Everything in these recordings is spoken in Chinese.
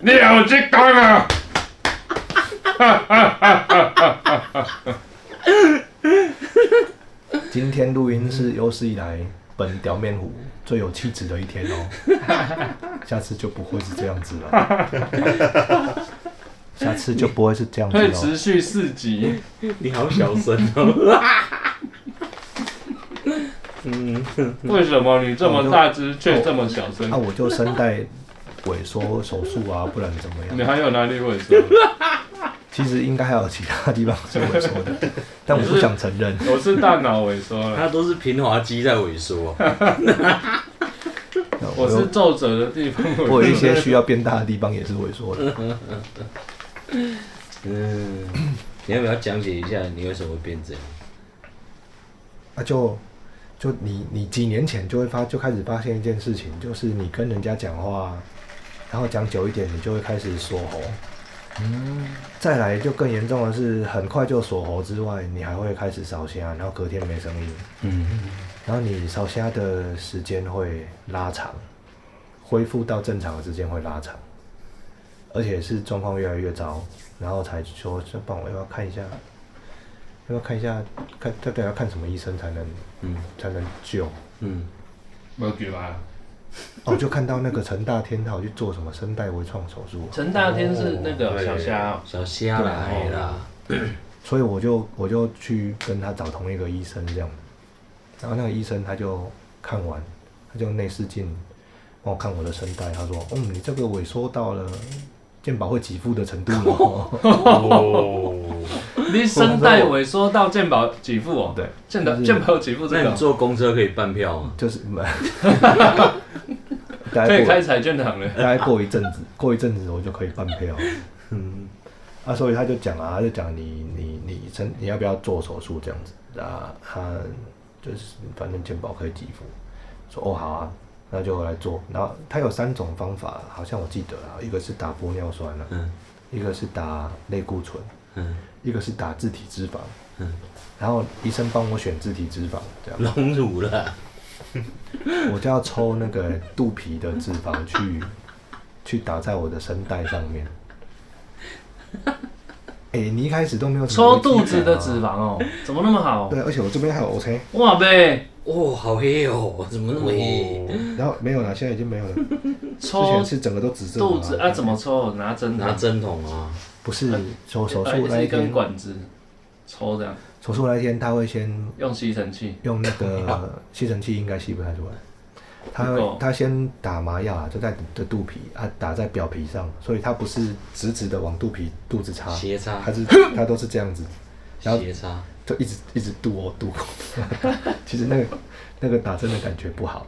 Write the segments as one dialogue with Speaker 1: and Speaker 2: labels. Speaker 1: 你有识講啊？
Speaker 2: 今天录音是有史以来本表面虎最有气质的一天哦，下次就不会是这样子了，下次就不会是这样子
Speaker 1: 会
Speaker 2: 了
Speaker 1: 持。续四集，
Speaker 3: 你好小声哦。嗯，
Speaker 1: 为什么你这么大只却这么小声
Speaker 2: 那、？啊我就声带萎缩手术啊，不然怎么
Speaker 1: 你
Speaker 2: 样？
Speaker 1: 还有哪里会 说？
Speaker 2: 其实应该还有其他地方是萎缩的，但我不想承认。
Speaker 1: 我是大脑萎缩了，
Speaker 3: 它都是平滑肌在萎缩。
Speaker 1: 我
Speaker 2: 我
Speaker 1: 是
Speaker 2: 有
Speaker 1: 皱褶的地方萎缩。
Speaker 2: 我有一些需要变大的地方也是萎缩的。
Speaker 3: 嗯，你要不要讲解一下你为什么会变这样？
Speaker 2: 啊就就你你几年前就会发就开始发现一件事情，就是你跟人家讲话，然后讲久一点，你就会开始锁喉。再来就更严重的是，很快就锁喉之外，你还会开始烧虾，然后隔天没声音，
Speaker 3: 嗯，
Speaker 2: 然后你烧虾的时间会拉长，恢复到正常的时间会拉长，而且是状况越来越糟，然后才说，这帮我要不要看一下，要不要看一下，看到底要看什么医生才能
Speaker 3: 嗯
Speaker 2: 才能救。
Speaker 3: 嗯，
Speaker 1: 没举吧？
Speaker 2: 哦，就看到那个陈大天他有去做什么声带微创手术，
Speaker 1: 陈大天是那个小虾哦，
Speaker 3: 小虾来啦。
Speaker 2: 所以我就我就去跟他找同一个医生这样，然后那个医生他就看完，他就内视镜帮我看我的声带，他说，嗯，你这个萎缩到了健保会给付的程度了，
Speaker 3: 哦，
Speaker 1: 你声带萎缩到健保给付哦。
Speaker 2: 对，
Speaker 1: 健保健保给付这
Speaker 3: 那
Speaker 1: 个
Speaker 3: 你
Speaker 1: 哦
Speaker 3: 坐公车可以半票吗？
Speaker 2: 就是 大
Speaker 1: 可
Speaker 2: 概
Speaker 1: 以
Speaker 2: 过
Speaker 1: 开彩券行了。
Speaker 2: 大概过一阵子，过一阵子我就可以办票。
Speaker 3: 嗯，
Speaker 2: 啊，所以他就讲啊，他就讲你你你真你要不要做手术这样子啊？他就是反正健保可以给付，说哦好啊，那就来做。然后他有三种方法，好像我记得啊，一个是打玻尿酸啊，
Speaker 3: 嗯
Speaker 2: 一个是打类固醇，
Speaker 3: 嗯，
Speaker 2: 一个是打自体脂肪。
Speaker 3: 嗯
Speaker 2: 然后医生帮我选自体脂肪，这样
Speaker 3: 隆乳了。
Speaker 2: 我就要抽那个肚皮的脂肪去去打在我的声带上面。哎、你一开始都没有什么
Speaker 1: 抽肚子的
Speaker 2: 危机
Speaker 1: 脂
Speaker 2: 感啊
Speaker 1: 肪哦，怎么那么好？
Speaker 2: 对，而且我这边还有 OK，
Speaker 1: 哇呗，
Speaker 3: 哦，好黑哦，怎
Speaker 1: 嗯
Speaker 3: 么那么黑？
Speaker 2: 哦然后没有了，现在已经没有了。之
Speaker 1: 抽
Speaker 2: 前是整个都紫色的嘛
Speaker 1: 肚子啊？怎么抽？拿针的
Speaker 3: 拿针筒啊，
Speaker 2: 不是手手
Speaker 1: 哎
Speaker 2: 术那
Speaker 1: 是
Speaker 2: 一
Speaker 1: 一根
Speaker 2: 天，
Speaker 1: 管子抽这样，
Speaker 2: 手术那一天他会先
Speaker 1: 用吸尘器。
Speaker 2: 用那个吸尘器，应该吸不太出来。他
Speaker 1: 不够
Speaker 2: 他先打麻药啊，就在你的肚皮啊，打在表皮上，所以他不是直直的往肚皮肚子插，
Speaker 3: 斜插
Speaker 2: 他是他都是这样子，然后
Speaker 3: 斜 插。
Speaker 2: 就一直一直度哦度。 其实那个那个打针的感觉不好，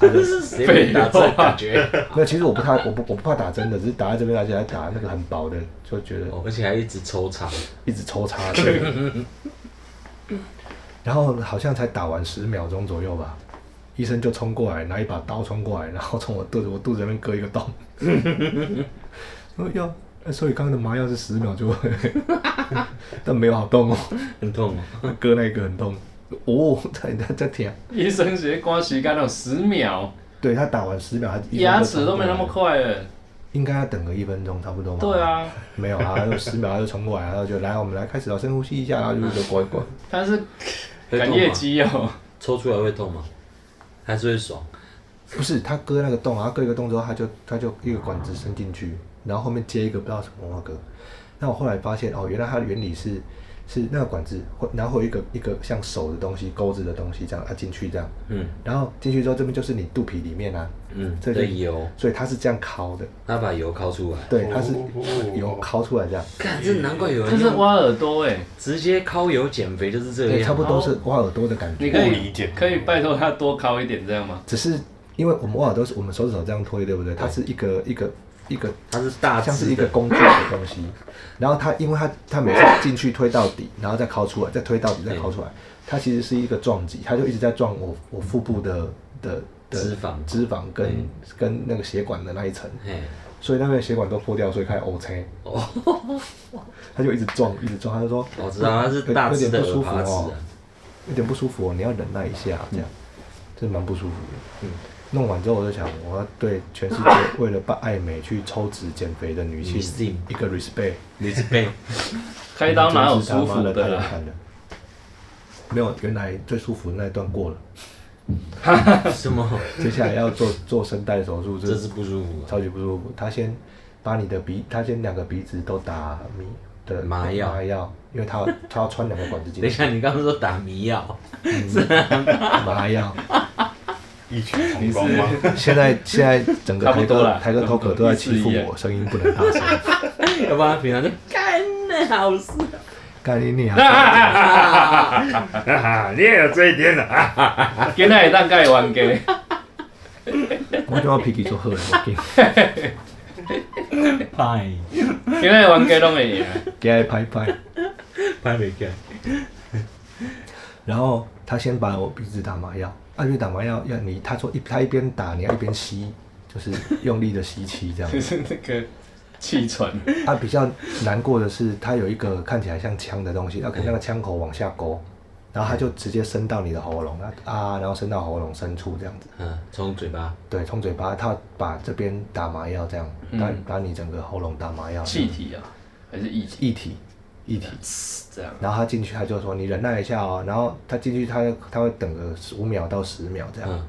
Speaker 3: 这是谁被打针感觉？
Speaker 2: 没有，其实我不怕，我不我不怕打针的，只是打在这边，而且还打那个很薄的，就觉得
Speaker 3: 哦而且还一直抽插。
Speaker 2: 一直抽插的。然后好像才打完十秒钟左右吧，医生就冲过来，拿一把刀冲过来，然后从我肚子我肚子那边割一个洞。我要，呃所以刚刚的麻药是十秒就会，但没有好痛哦，
Speaker 3: 很痛哦。
Speaker 2: 割那个很痛。哦，在在在舔，
Speaker 1: 医生直接光洗干了十秒，
Speaker 2: 对他打完十秒，他医生就
Speaker 1: 牙齿都没那
Speaker 2: 冲
Speaker 1: 么
Speaker 2: 过来了，
Speaker 1: 快了。
Speaker 2: 应该要等个一分钟差不多嘛。
Speaker 1: 对，啊，
Speaker 2: 没有啊，就十秒 他就冲过来，然后就来我们来开始了，深呼吸一下，然后就就滚滚。
Speaker 1: 它是
Speaker 3: 会
Speaker 1: 赶
Speaker 3: 痛啊
Speaker 1: 业
Speaker 3: 吗？
Speaker 1: 绩哦。
Speaker 3: 抽出来会痛吗？还是会爽？
Speaker 2: 不是，他割那个洞，然后割一个洞之后，他就他就一个管子伸进去，然后后面接一个不知道什么那个。那我后来发现哦，原来它的原理是是那个管子会，然后会有一个一个像手的东西、钩子的东西这样啊进去这样，
Speaker 3: 嗯
Speaker 2: 然后进去之后这边就是你肚皮里面啊，
Speaker 3: 嗯，
Speaker 2: 这
Speaker 3: 这
Speaker 2: 个
Speaker 3: 个油，
Speaker 2: 所以它是这样敲的，
Speaker 3: 他把油抠出来。
Speaker 2: 对，它是
Speaker 3: 哦
Speaker 2: 有敲出来这样，
Speaker 3: 看，这难怪有
Speaker 1: 这
Speaker 3: 人
Speaker 1: 是
Speaker 3: 用
Speaker 1: 挖耳朵哎，
Speaker 3: 直接抠油减肥就是这个
Speaker 2: 对，
Speaker 3: 样。
Speaker 2: 差不多是挖耳朵的感
Speaker 1: 你
Speaker 2: 觉，
Speaker 1: 可
Speaker 4: 不理
Speaker 1: 以
Speaker 4: 解
Speaker 1: 可以拜托他多敲一点这样吗？
Speaker 2: 只是因为我们挖耳朵是我们手指头这样推，对不对？它是一个一个一个
Speaker 3: 它是大
Speaker 2: 像是
Speaker 3: 致
Speaker 2: 一个
Speaker 3: 的，
Speaker 2: 工具的东西。然后它，因为它它每次进去推到底，然后再敲出来，再推到底，再敲出来，它其实是一个撞击，它就一直在撞我我腹部的的的
Speaker 3: 脂肪
Speaker 2: 脂肪跟、
Speaker 3: 嗯
Speaker 2: 跟那个血管的那一层，
Speaker 3: 哎，
Speaker 2: 所以那边的血管都破掉，所以开始 O 车。
Speaker 3: 哦，
Speaker 2: 它就一直撞，一直撞，它就说
Speaker 3: 我知道它是大
Speaker 2: 有
Speaker 3: 致
Speaker 2: 有
Speaker 3: 的
Speaker 2: 点不舒
Speaker 3: 耳
Speaker 2: 服
Speaker 3: 耙子
Speaker 2: 哦
Speaker 3: 啊，，
Speaker 2: 有点不舒服哦，你要忍耐一下，这样，这蛮不舒服的。嗯，弄完之后，我就想，我要对全世界为了办爱美去抽脂减肥的女
Speaker 3: 女
Speaker 2: 性
Speaker 3: 性
Speaker 2: 一个 respect。
Speaker 3: 你是 被
Speaker 1: 开刀哪有舒服
Speaker 2: 的
Speaker 1: 的啊
Speaker 2: 太难
Speaker 1: 啦？
Speaker 2: 看了。没有，原来最舒服的那一段过了，
Speaker 3: 什么？
Speaker 2: 接下来要做做声带手术，这
Speaker 3: 这是不舒服啊。
Speaker 2: 超级不舒服。他先把你的鼻，他先两个鼻子都打迷的
Speaker 3: 麻药
Speaker 2: 麻药，因为他要他要穿两个管子进
Speaker 3: 等一
Speaker 2: 去，
Speaker 3: 下，你刚刚说打迷药，
Speaker 2: 麻药。
Speaker 4: 异曲同工吗？
Speaker 2: 现在现在整个
Speaker 1: 差不
Speaker 2: 台
Speaker 1: 多
Speaker 2: 哥
Speaker 1: 啦
Speaker 2: 台哥
Speaker 1: 差不
Speaker 2: t
Speaker 1: 多
Speaker 2: o 都在欺负
Speaker 1: 意思一
Speaker 2: 我，声音不能大声。
Speaker 3: 要不然平常就干的好事。
Speaker 2: 干你你
Speaker 1: 哎
Speaker 2: 啊！
Speaker 4: 哈哈，你也有这一天的 啊！
Speaker 1: 今仔会当甲伊冤家，
Speaker 2: 我就要脾气做好了，我今
Speaker 3: 拍
Speaker 1: 今仔冤家拢会赢。啊
Speaker 2: 给他拍拍。
Speaker 3: 拍没干，
Speaker 2: 然后他先把我鼻子打麻药，啊，因为打麻药要你，他说一他一边打你要一边吸，就是用力的吸 气这样
Speaker 1: 就。是那个气喘，
Speaker 2: 啊，比较难过的是，他有一个看起来像枪的东西，要可能那个枪口往下勾，然后他就直接伸到你的喉咙，啊啊，然后伸到喉咙深处这样子。
Speaker 3: 嗯，从嘴巴
Speaker 2: 对，从嘴巴，他把这边打麻药这样，
Speaker 3: 嗯
Speaker 2: 把把你整个喉咙打麻药。
Speaker 1: 气体啊，还是液体
Speaker 2: 一体，一体。
Speaker 1: 这样。
Speaker 2: 然后他进去，他就说你忍耐一下哦。然后他进去他，他会等个五秒到十秒这样，
Speaker 3: 嗯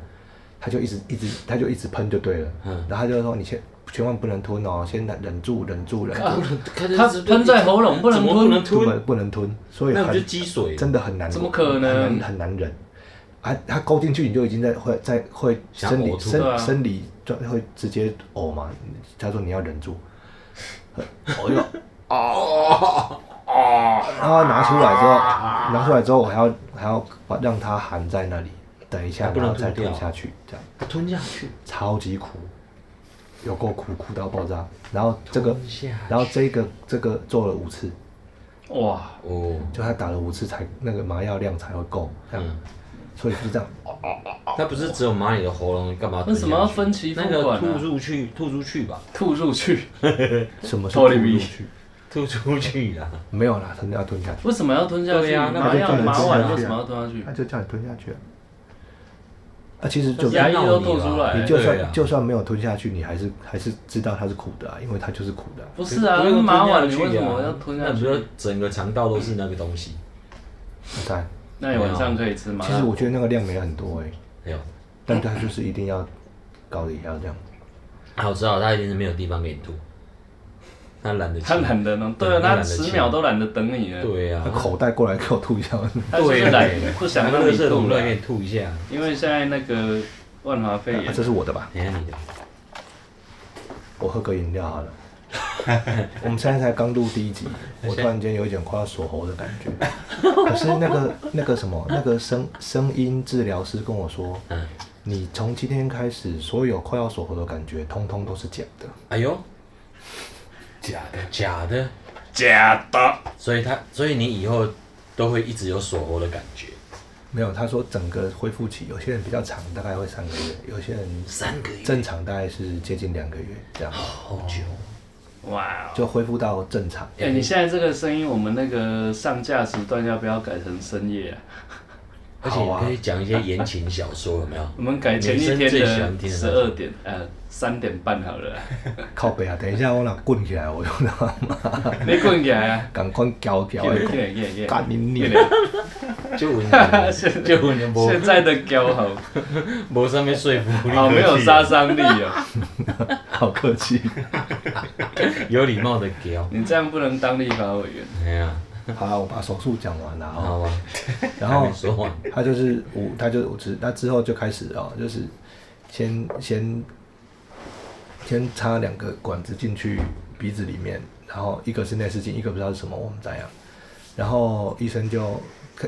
Speaker 2: 他就一直一直他就一直喷就对了。
Speaker 3: 嗯
Speaker 2: 然后他就说你千千万不能吞哦，先忍忍住，忍住，忍住，
Speaker 1: 它喷在喉咙不能
Speaker 3: 嗯怎么不能
Speaker 1: 吞，
Speaker 2: 不
Speaker 3: 啊吞？
Speaker 2: 能不能吞，所以
Speaker 3: 那不就
Speaker 2: 很
Speaker 3: 积水？
Speaker 2: 真的很难，
Speaker 1: 怎么可能
Speaker 2: 很难很难忍？啊，他勾进去你就已经在会在会
Speaker 3: 想
Speaker 2: 生
Speaker 3: 呕
Speaker 2: 理
Speaker 3: 吐
Speaker 1: 对
Speaker 2: 生
Speaker 1: 啊
Speaker 2: 生理就会直接呕嘛。他说你要忍住，我就然后拿出来之后，拿出来之后，我还要还要把让它含在那里，等一下，
Speaker 3: 还不
Speaker 2: 然
Speaker 3: 能
Speaker 2: 后再
Speaker 3: 吐掉
Speaker 2: 吞下去，这样
Speaker 3: 吞下去，
Speaker 2: 超级苦，有够苦，苦到爆炸。然后这个
Speaker 3: 吞下去，
Speaker 2: 然后这个这个做了五次，
Speaker 1: 哇，
Speaker 3: 哦，
Speaker 2: 就他打了五次才那个麻药量才会够，这样
Speaker 3: 嗯，
Speaker 2: 所以就这样，
Speaker 3: 它不是只有蚂蚁的喉咙，干嘛？
Speaker 1: 为什么要分期付
Speaker 3: 那
Speaker 1: 款
Speaker 3: 个
Speaker 1: 啊？
Speaker 3: 吐出去，吐出去吧，
Speaker 1: 吐入去，
Speaker 2: 什么是
Speaker 1: 脱离
Speaker 2: 吐入
Speaker 1: 鼻
Speaker 2: 去？
Speaker 3: 吐出 去啦。
Speaker 2: 没有啦，真的要吞下去，
Speaker 1: 为什么要吞下
Speaker 3: 对
Speaker 1: 去？
Speaker 3: 啊那
Speaker 1: 麻药
Speaker 2: 就
Speaker 1: 麻
Speaker 2: 吞下
Speaker 1: 丸
Speaker 2: 去啊
Speaker 1: 为什么要吞下去
Speaker 2: 他？就叫你吞下去啊。啊，其实就
Speaker 1: 牙医都吐出来
Speaker 2: 你就
Speaker 3: 对啊
Speaker 2: 算就算没有吞下去，你还是还是知道它是苦的啊，因为它就是苦的啊。
Speaker 1: 不是啊，
Speaker 3: 不用
Speaker 1: 麻丸
Speaker 3: 吞
Speaker 1: 你
Speaker 3: 下去啊
Speaker 1: 为什么要吞下
Speaker 3: 那不
Speaker 1: 去？
Speaker 3: 就整个肠道都是那个东西？
Speaker 2: 你看，
Speaker 1: 那你晚上可以吃麻
Speaker 2: 其
Speaker 1: 辣
Speaker 2: 实我觉得那个量没很多哎、
Speaker 3: 没有，
Speaker 2: 但他就是一定要搞得也要这样。
Speaker 3: 啊，我知道，它一定是没有地方给你吐，它懒得清。
Speaker 1: 他懒得呢，对
Speaker 3: 对
Speaker 1: 啊，
Speaker 3: 他懒
Speaker 1: 他
Speaker 3: 得
Speaker 1: 十
Speaker 3: 清
Speaker 1: 秒都懒得等你了，
Speaker 3: 对呀
Speaker 2: 他，口袋过来给我吐一下，
Speaker 1: 他就是
Speaker 3: 对啊
Speaker 1: 懒，不想让你
Speaker 3: 是
Speaker 1: 吐了
Speaker 3: 给，你吐一下。
Speaker 1: 因为现在那个万华肺
Speaker 2: 啊
Speaker 1: 炎
Speaker 2: 这，是我的吧？
Speaker 3: 等一下哎你的，
Speaker 2: 我喝个饮料 好了。我们现在才刚录第一集，我突然间有一点快要锁喉的感觉。可是那个那个什么，那个声声音治疗师跟我说，
Speaker 3: 嗯，
Speaker 2: 你从今天开始，所有快要锁喉的感觉，通通都是假的。
Speaker 3: 哎呦，
Speaker 4: 假的，
Speaker 3: 假的，
Speaker 4: 假的，
Speaker 3: 所以它，所以你以后都会一直有锁喉的感觉，
Speaker 2: 没有，他说整个恢复期，有些人比较长，大概会三个月；有些人
Speaker 3: 三个月，
Speaker 2: 正常大概是接近两个月这样，
Speaker 3: 好久。
Speaker 1: 哇哦。
Speaker 2: 就恢复到正常。
Speaker 1: 哎、你现在这个声音，我们那个上架时段要不要改成深夜啊？
Speaker 3: 而且
Speaker 2: 好啊
Speaker 3: 你可以讲一些言情小说，有 没有？
Speaker 1: 我们改前一天
Speaker 3: 女生最喜欢
Speaker 1: 的
Speaker 3: 听的
Speaker 1: 十二点，呃，三点半好了啦。
Speaker 2: 靠背啊！等一下，我俩滚起来，我就他妈
Speaker 1: 你滚起来 啊！
Speaker 2: 赶快搅 搅
Speaker 1: 耶
Speaker 3: 欸
Speaker 2: 的，
Speaker 1: 耶耶耶！
Speaker 2: 干你娘！
Speaker 3: 就文 人，啊就文人无
Speaker 1: 现在的胶好，
Speaker 3: 无上面说服力，
Speaker 1: 好哦没有杀伤力哦。
Speaker 2: 好客气。
Speaker 3: 有礼貌的屌。
Speaker 1: 你这样不能当立法委员。
Speaker 3: 哎呀，
Speaker 2: 好啊啦，我把手术讲完了啊。
Speaker 3: 好吧，
Speaker 2: 然
Speaker 3: 还
Speaker 2: 后
Speaker 3: 没说完，
Speaker 2: 他就是我，他就我只那之后就开始哦，就是先先先插两个管子进去鼻子里面，然后一个是内视镜，一个不知道是什么，我们怎样。然后医生就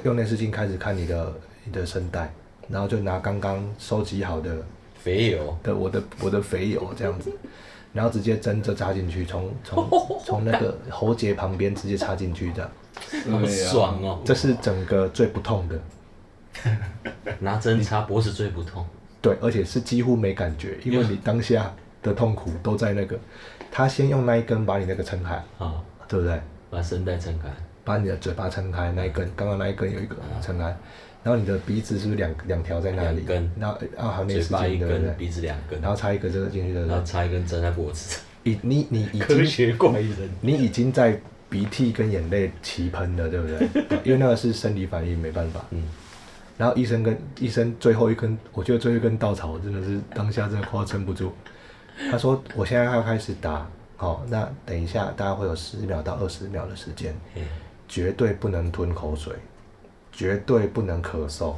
Speaker 2: 用内视镜开始看你的你的声带，然后就拿刚刚收集好的
Speaker 3: 肥油，
Speaker 2: 的我的我的肥油这样子，然后直接针就插进去，从从从那个喉结旁边直接插进去这样，
Speaker 3: 好
Speaker 1: 对啊，
Speaker 3: 爽哦！
Speaker 2: 这是整个最不痛的，
Speaker 3: 拿针插脖子最不痛，
Speaker 2: 对，而且是几乎没感觉，因为你当下的痛苦都在那个，他先用那一根把你那个撑开，
Speaker 3: 啊，
Speaker 2: 对不对？
Speaker 3: 把声带撑开，
Speaker 2: 把你的嘴巴撑开那一根，刚刚那一根有一个撑开，然后你的鼻子是不是两两条在那里？
Speaker 3: 两根
Speaker 2: 然后呃啊，好，内
Speaker 3: 嘴
Speaker 2: 视
Speaker 3: 巴
Speaker 2: 镜
Speaker 3: 一
Speaker 2: 对不
Speaker 3: 根，
Speaker 2: 对？
Speaker 3: 鼻子两根，
Speaker 2: 然后插一个这个进去，对不
Speaker 3: 然
Speaker 2: 对
Speaker 3: 后？插一根针在脖子，
Speaker 2: 已你你已
Speaker 3: 科
Speaker 2: 经
Speaker 3: 学怪人。
Speaker 2: 你已经在鼻涕跟眼泪齐喷了，对不 对？因为那个是生理反应，没办法。
Speaker 3: 嗯，
Speaker 2: 然后医生跟医生最后一根，我觉得最后一根稻草，我真的是当下真的快要撑不住。他说：“我现在要开始打，好、那等一下大概会有十秒到二十秒的时间，
Speaker 3: 嘿
Speaker 2: 绝对不能吞口水，绝对不能咳嗽，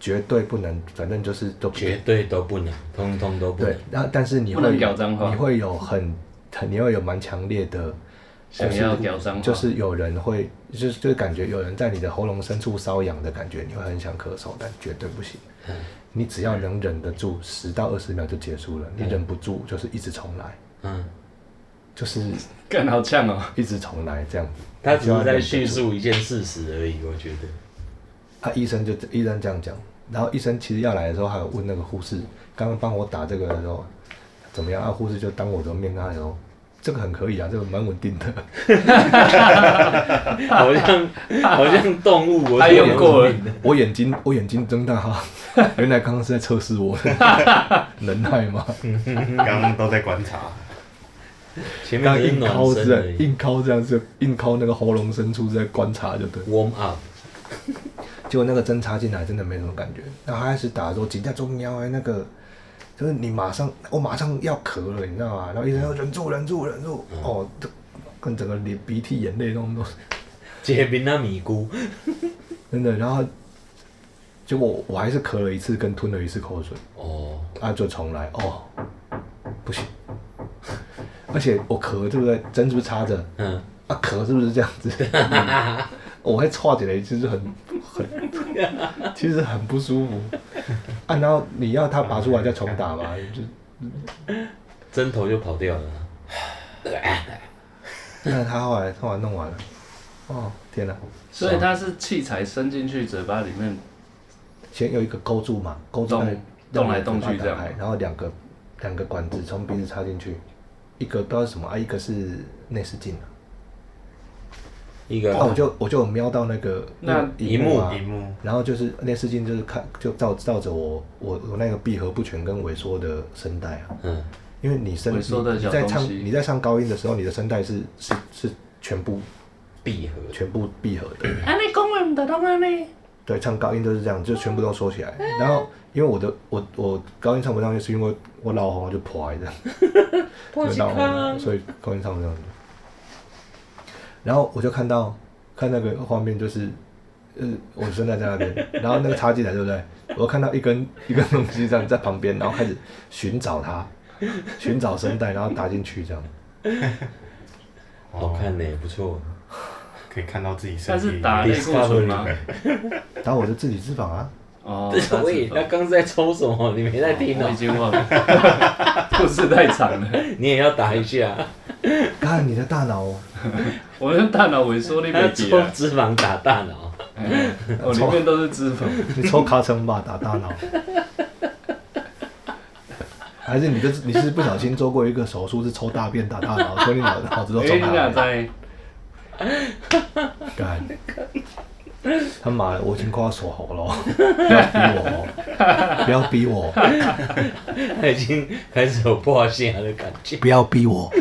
Speaker 2: 绝对不能，反正就是都不
Speaker 3: 绝对都不能，通通都不能
Speaker 2: 对。。然后但是你
Speaker 1: 啊不能
Speaker 2: 会
Speaker 1: 屌脏话
Speaker 2: 你会有很很你会有蛮强烈的
Speaker 1: 想要屌脏话，
Speaker 2: 就是有人会，就是就是感觉有人在你的喉咙深处瘙痒的感觉，你会很想咳嗽，但绝对不行。
Speaker 1: 嗯
Speaker 2: 你只要能忍得住，十到二十秒就结束了。
Speaker 1: 嗯
Speaker 2: 你忍不住就是一直重来，
Speaker 3: 嗯，
Speaker 2: 就是
Speaker 1: 干好呛哦。
Speaker 2: 一直重来这样子。
Speaker 3: 他只是在叙述一件事实而已，我觉得。
Speaker 2: 啊，医生就医生这样讲，然后医生其实要来的时候，还有问那个护士，刚刚帮我打这个的时候怎么样？啊，护士就当我的面跟他说，这个很可以啊，这个蛮稳定的。
Speaker 3: 好 像好像动物，我
Speaker 1: 他
Speaker 3: 觉得
Speaker 1: 用过了，
Speaker 2: 我眼睛我眼睛睁大 哈，原来刚刚是在测试我 能耐吗？
Speaker 4: 刚刚都在观察，
Speaker 3: 前面
Speaker 2: 刚
Speaker 3: 只是
Speaker 2: 硬
Speaker 3: 暖
Speaker 2: 敲
Speaker 3: 身
Speaker 1: 啊
Speaker 2: 这
Speaker 3: 而
Speaker 2: 样，
Speaker 3: 已
Speaker 2: 硬敲这样子，硬敲那个喉咙深处在观察就对。
Speaker 3: ，warm up，
Speaker 2: 结果那个针插进来真的没什么感觉，然后他开始打的时候，紧张中腰哎那个，就是你马上我马上要咳了，你知道吗？然后医生说忍住忍住忍住，
Speaker 3: 嗯
Speaker 2: 哦，这跟整个脸鼻涕眼泪都都
Speaker 3: 解冰那米菇，
Speaker 2: 真的，然后结果我还是咳了一次跟吞了一次口水，
Speaker 3: 哦，
Speaker 2: 啊就重来哦，不行， 而且我咳对不对？针是不是插着？
Speaker 3: 嗯，
Speaker 2: 啊，咳是不是这样 子？嗯我会错起来，其实很很，其实很不舒服。啊，然后你要他拔出来再重打嘛，就
Speaker 3: 针头就跑掉了，
Speaker 2: 那他后来后来弄完了。哦，天哪、
Speaker 1: 所以它是器材伸进去嘴巴里面，
Speaker 2: 先有一个勾住嘛，勾住
Speaker 1: 动
Speaker 2: 那个
Speaker 1: 动来动去这样
Speaker 2: 打开然后两个两个管子从鼻子插进去，一个不知道是什么啊，一个是内视镜啊。
Speaker 3: 一个
Speaker 1: 哦
Speaker 2: 啊，我就我就有瞄到那个
Speaker 1: 那
Speaker 2: 荧幕啊，
Speaker 4: 荧幕
Speaker 2: 然后就是那视镜，就是看就照照着我我我那个闭合不全跟萎缩的声带啊，
Speaker 3: 嗯，
Speaker 2: 因为你声
Speaker 1: 萎缩的
Speaker 2: 你
Speaker 1: 小
Speaker 2: 你在
Speaker 1: 东
Speaker 2: 唱
Speaker 1: 西
Speaker 2: 你在唱高音的时候，你的声带是是是全部
Speaker 3: 闭合，
Speaker 2: 全部闭合的，
Speaker 5: 安尼讲话唔得当安尼。
Speaker 2: 对，唱高音都是这样，就全部都收起来。然后因为我的我我高音唱不上去，是因为我老红就破来的，
Speaker 5: 破
Speaker 2: 就
Speaker 5: 几
Speaker 2: 老红
Speaker 5: 康
Speaker 2: 了，所以高音唱不上去。然后我就看到看那个画面，就是呃，我声带在那边， 然后那个插进来，对不对？我看到一根 一根东西这样在旁边，然后开始寻找它，寻找声带，然后打进去这样。
Speaker 1: 哦
Speaker 3: 好看呢，不错，
Speaker 4: 可以看到自己身
Speaker 1: 它
Speaker 4: 体里
Speaker 1: 是
Speaker 4: 面。
Speaker 1: 打类固醇吗？
Speaker 2: 然后我就自己脂肪啊，
Speaker 1: 哦，它
Speaker 3: 喂，
Speaker 1: 是
Speaker 3: 他刚刚在抽什么？你没在听
Speaker 1: 我
Speaker 3: 哦
Speaker 1: 已，经忘了， 故事太长了。
Speaker 3: 你也要打一下，
Speaker 2: 看你的大脑哦，
Speaker 1: 我们大脑萎缩那
Speaker 3: 他
Speaker 1: 边
Speaker 3: 抽
Speaker 1: 解 啊，
Speaker 3: 脂肪打大脑，
Speaker 1: 哎哦，里面都是脂肪。
Speaker 2: 你抽卡层吧，打大脑。还是你这你是不小心做过一个手术，是抽大便打大脑，所以你脑脑子都
Speaker 1: 哎，
Speaker 2: 抽
Speaker 1: 你
Speaker 2: 大
Speaker 1: 哪
Speaker 2: 便。
Speaker 1: 在？
Speaker 2: 干！他妈的，我已经快要锁喉 了，不要逼我哦，不要逼我，
Speaker 3: 他已经开始有破线的感觉，
Speaker 2: 不要逼我。